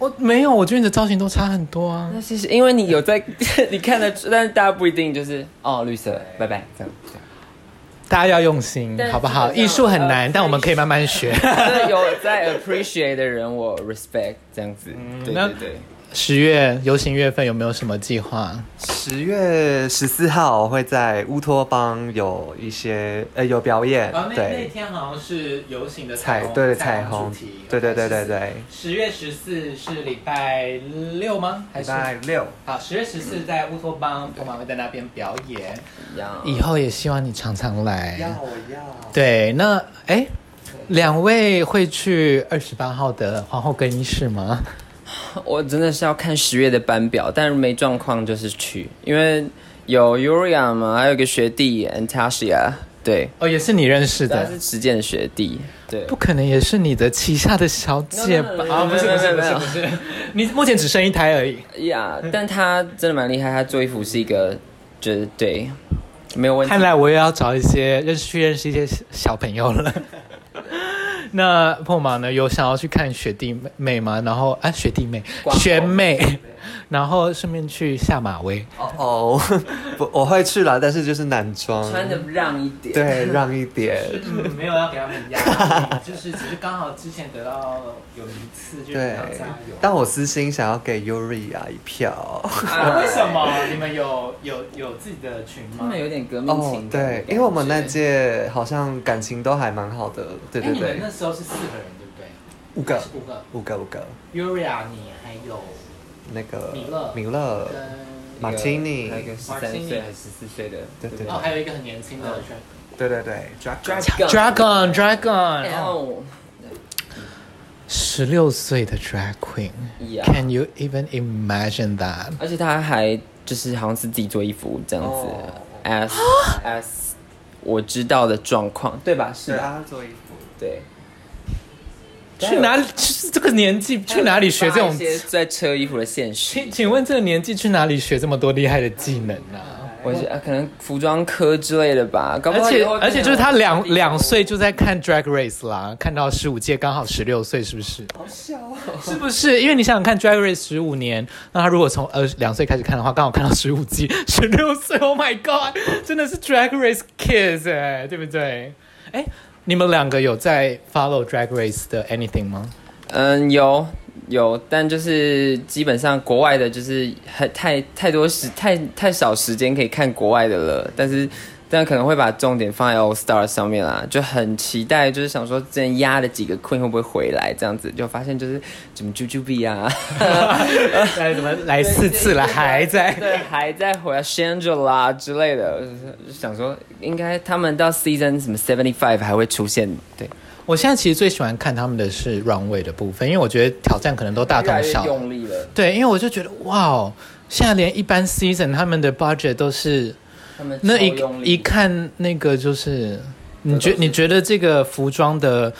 [SPEAKER 1] 我没有，我觉得你的造型都差很多啊。
[SPEAKER 2] 那其实因为你有在， 你看得出，但是大家不一定就是哦，绿色，拜拜，这样。
[SPEAKER 1] 大家要用心，
[SPEAKER 2] 但是
[SPEAKER 1] 好不好？
[SPEAKER 2] 这个
[SPEAKER 1] 艺术很难，
[SPEAKER 2] 呃
[SPEAKER 1] 但我们可以慢慢 学。
[SPEAKER 2] 就是有在 appreciate 的人，我 respect 这样子。对
[SPEAKER 1] 那
[SPEAKER 2] 对对，
[SPEAKER 1] 十月游行月份有没有什么计划？
[SPEAKER 3] 十月十四号会在乌托邦有一些呃有表演，对
[SPEAKER 1] 哦天好像是游行的
[SPEAKER 3] 彩对哦彩虹，对对对对。对，
[SPEAKER 1] 十月十四是礼拜六吗？还
[SPEAKER 3] 礼拜六。
[SPEAKER 1] 好，十月十四在乌托邦，我马会在那边表演。
[SPEAKER 2] 一样。
[SPEAKER 1] 以后也希望你常常来。
[SPEAKER 3] 我要。
[SPEAKER 1] 对，那哎，两位会去二十八号的皇后更衣室吗？
[SPEAKER 2] 我真的是要看十月的班表，但是没状况就是去，因为有 Uria 嘛，还有一个学弟 Antasia，对，
[SPEAKER 1] 哦，也是你认识
[SPEAKER 2] 他
[SPEAKER 1] 的
[SPEAKER 2] 是，实践的学弟，对
[SPEAKER 1] 不。可能也是你的旗下的小姐吧
[SPEAKER 2] No, no, no, no, no,
[SPEAKER 1] 啊，不是
[SPEAKER 2] no,
[SPEAKER 1] 不
[SPEAKER 2] no,
[SPEAKER 1] 是不
[SPEAKER 2] no,
[SPEAKER 1] 是
[SPEAKER 2] no.
[SPEAKER 1] 不是，你目前只生一胎而已。
[SPEAKER 2] 呀但他真的蛮厉害，他做衣服是一个，就是对，没有问题
[SPEAKER 1] 看。来我也要找一些认识去认识一些小朋友了。 那破马呢？有想要去看学弟妹妹吗？然后啊，学弟妹、
[SPEAKER 2] 光头
[SPEAKER 1] 学妹，然后顺便去下马威。
[SPEAKER 3] 哦，不，我 会去啦，但是就是男装，
[SPEAKER 2] 穿的让一点，
[SPEAKER 3] 对，让一 点。
[SPEAKER 1] 嗯，没有要给他们 压力，就是只是刚好之前得到有一次就
[SPEAKER 3] 对，但我私心想要给 Yuri 啊一票。
[SPEAKER 2] 啊
[SPEAKER 1] 为什？么你们有有有自己的群
[SPEAKER 2] 他
[SPEAKER 1] 吗
[SPEAKER 2] 们？有点革命
[SPEAKER 3] 哦
[SPEAKER 2] 情，感的感
[SPEAKER 3] 对
[SPEAKER 2] 觉、，
[SPEAKER 3] 因为我们那届好像感情都还蛮好的，对
[SPEAKER 1] 哎，
[SPEAKER 3] 对
[SPEAKER 1] 你们
[SPEAKER 3] 对
[SPEAKER 1] 那，时候是四个人对不对？
[SPEAKER 3] 五个
[SPEAKER 1] 是，五个
[SPEAKER 3] 五个，五个，
[SPEAKER 1] ，Uria，你还有
[SPEAKER 3] 那个
[SPEAKER 1] 米勒
[SPEAKER 3] 米勒，
[SPEAKER 1] 跟
[SPEAKER 3] 马提尼
[SPEAKER 2] 还有一个十三岁还是十四岁的，
[SPEAKER 3] 对对
[SPEAKER 1] 哦，还有一个很年轻的圈
[SPEAKER 3] 对对对，
[SPEAKER 2] Dragon 哎哦 Oh
[SPEAKER 1] Dragon Dragon，
[SPEAKER 2] L，
[SPEAKER 1] 十六岁的 drag queen。
[SPEAKER 2] Yeah
[SPEAKER 1] Can you even imagine that？
[SPEAKER 2] 而且他还就是好像是自己做衣服这样子
[SPEAKER 3] 哦
[SPEAKER 2] ，as as 我知道的状况，对吧？是
[SPEAKER 3] 对
[SPEAKER 2] 吧？
[SPEAKER 3] 啊，做衣服，
[SPEAKER 2] 对。啊
[SPEAKER 1] 去哪里？这个年纪去哪里学这
[SPEAKER 2] 还有
[SPEAKER 1] 种
[SPEAKER 2] 一？些在车衣服的现实？
[SPEAKER 1] 请请问这个年纪去哪里学这么多厉害的技能呢、啊？
[SPEAKER 2] 我觉得啊可能服装科之类的吧，搞不
[SPEAKER 1] 而
[SPEAKER 2] 好以
[SPEAKER 1] 且
[SPEAKER 2] 后
[SPEAKER 1] 而且就是他两两岁就在看 Drag Race 啦，看到十五届刚好十六岁，是不是？
[SPEAKER 3] 好笑
[SPEAKER 2] 啊
[SPEAKER 3] 哦。
[SPEAKER 1] 是不是？因为你想想看 Drag Race 十五年，那他如果从呃两岁开始看的话，刚好看到十五季， 十六岁，Oh my God，真的是 Drag Race kids 哎、对不对？哎，你们两个有在 follow Drag Race 的 anything 吗？
[SPEAKER 2] 嗯，有有，但就是基本上国外的，就是很太太多时太太少时间可以看国外的了，但是。但可能会把重点放在 All Star 上面啦，就很期待，就是想说之前压的几个 Queen 会不会回来，这样子就发现就是怎么 Juju B 啊，
[SPEAKER 1] 来怎么来四次了还在？
[SPEAKER 2] 对，还在回来 Shangela 之类的，就是想说应该他们到 Season 什么 Seventy Five 还会出现，对，
[SPEAKER 1] 我现在其实最喜欢看他们的是 runway 的部分，因为我觉得挑战可能都大
[SPEAKER 2] 越来
[SPEAKER 1] 同
[SPEAKER 2] 越
[SPEAKER 1] 小异。
[SPEAKER 2] 用力了，
[SPEAKER 1] 对，因为我就觉得哇哦，现在连一般 season 他们的 budget 都是
[SPEAKER 2] 他们
[SPEAKER 1] 那一
[SPEAKER 2] 超用力
[SPEAKER 1] 一看那个就是，你
[SPEAKER 2] 这
[SPEAKER 1] 觉
[SPEAKER 2] 都是
[SPEAKER 1] 你觉得这个服装的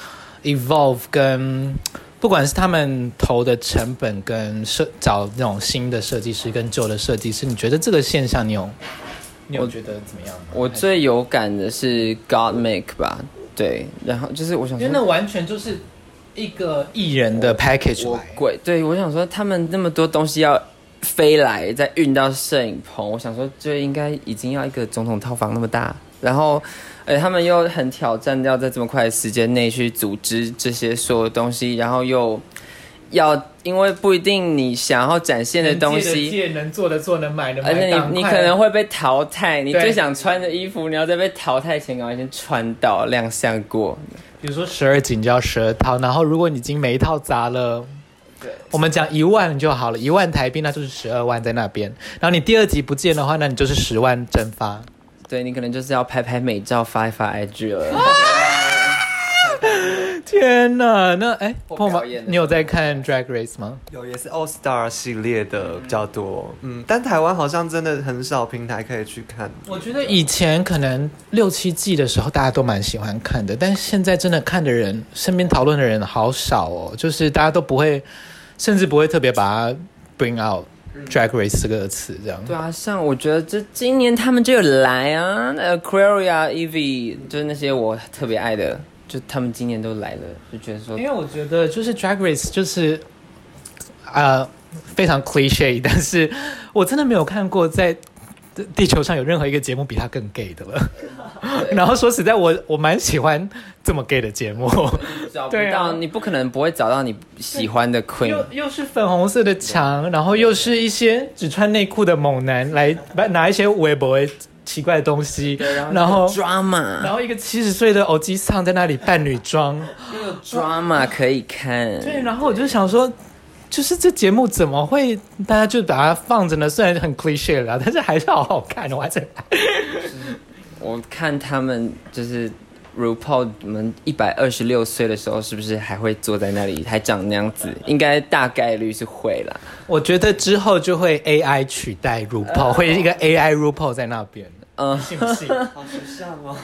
[SPEAKER 1] evolve 跟不管是他们投的成本跟设找那种新的设计师跟旧的设计师，你觉得这个现象你有你有
[SPEAKER 2] 我
[SPEAKER 1] 觉得怎么样吗？
[SPEAKER 2] 我最有感的是 God Make 吧，对，然后就是我想
[SPEAKER 1] 因为那
[SPEAKER 2] 说，
[SPEAKER 1] 完全就是一个艺人的 package
[SPEAKER 2] 我
[SPEAKER 1] 来。
[SPEAKER 2] 鬼，对我想说他们那么多东西要飞来，再运到摄影棚，我想说这应该已经要一个总统套房那么大，然后，而且他们又很挑战，要在这么快的时间内去组织这些所有东西，然后又要因为不一定你想要展现的东
[SPEAKER 1] 能
[SPEAKER 2] 西，
[SPEAKER 1] 借的借能做的做，能买的买。
[SPEAKER 2] 而且你你可能会被淘汰，你
[SPEAKER 1] 啊对
[SPEAKER 2] 最想穿的衣服，你要在被淘汰前赶快先穿到亮相过。
[SPEAKER 1] 比如说十二锦就要十二套，然后如果你已经每一套砸了，
[SPEAKER 2] 对，
[SPEAKER 1] 我们讲一万就好了，一万台币那就是十二万在那边。然后你第二集不见的话，那你就是十万蒸发。
[SPEAKER 2] 对你可能就是要拍拍美照发一发 IG 了。
[SPEAKER 1] 天哪，那哎，
[SPEAKER 2] 或
[SPEAKER 1] 碰吗
[SPEAKER 2] 表演的？
[SPEAKER 1] 你有在看 Drag Race 吗？
[SPEAKER 3] 有也是 All Star 系列的比较多，嗯，但台湾好像真的很少平台可以去看。
[SPEAKER 1] 我觉得以前可能六七季的时候，大家都蛮喜欢看的，但是现在真的看的人，身边讨论的人好少哦，就是大家都不会，甚至不会特别把它 bring out 嗯 drag race 这个词这样。
[SPEAKER 2] 对啊，像我觉得这今年他们就有来啊那，Aquaria、Evie，就是那些我特别爱的，就他们今年都来了，就觉得说
[SPEAKER 1] 因为我觉得就是 drag race 就是，呃，非常 cliche，但是我真的没有看过在。地球上有任何一个节目比它更 gay 的了， 然后说实在我，我蛮喜欢这么 gay 的节目，
[SPEAKER 2] 找不
[SPEAKER 1] 对
[SPEAKER 2] 到，
[SPEAKER 1] 啊
[SPEAKER 2] 你不可能不会找到你喜欢的 Queen
[SPEAKER 1] 又。又是粉红色的墙，然后又是一些只穿内裤的猛男来把拿一些微博奇怪的东西，然后
[SPEAKER 2] drama
[SPEAKER 1] 然后一个七十岁的欧吉桑在那里扮女装，
[SPEAKER 2] drama 可以看，
[SPEAKER 1] 对，然后我就想说。就是这节目怎么会大家就把它放着呢？虽然很 cliche 啦，但是还是好好看的，我还是
[SPEAKER 2] 我看他们就是 RuPaul 我们一百二十六岁的时候，是不是还会坐在那里，还长那样子？应该大概率是会啦。
[SPEAKER 1] 我觉得之后就会 AI 取代 RuPaul，会一个 AI RuPaul 在那边，
[SPEAKER 2] 嗯
[SPEAKER 1] 嗯，信不信？
[SPEAKER 3] 好时尚哦。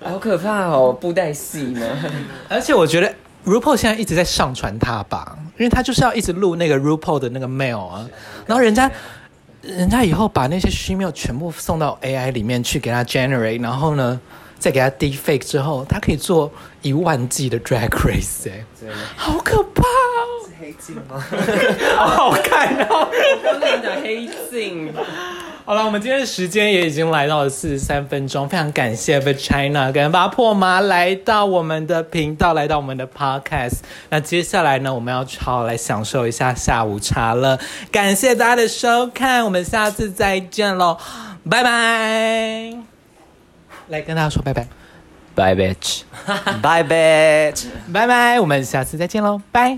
[SPEAKER 2] 好可怕哦，布袋戏 呢？
[SPEAKER 1] 而且我觉得 RuPaul 现在一直在上传他吧，因为他就是要一直录那个 RuPaul 的那个 mail 啊，然后人家。人家以后把那些虚 mail 全部送到 AI 里面去给他 generate，然后呢，再给他 defake 之后，他可以做一万季的 drag race，哎、好可怕哦，
[SPEAKER 3] 黑镜吗？
[SPEAKER 1] 好好看哦。
[SPEAKER 2] 刚刚讲黑镜，
[SPEAKER 1] 好了，我们今天的时间也已经来到了四十三分钟，非常感谢 The China 跟八破麻来到我们的频道，来到我们的 Podcast。那接下来呢，我们要好好来享受一下下午茶了。感谢大家的收看，我们下次再见喽，拜拜。来跟大家说拜拜，
[SPEAKER 2] 拜 bitch。
[SPEAKER 3] 拜拜。
[SPEAKER 1] 拜拜，我们下次再见喽，拜。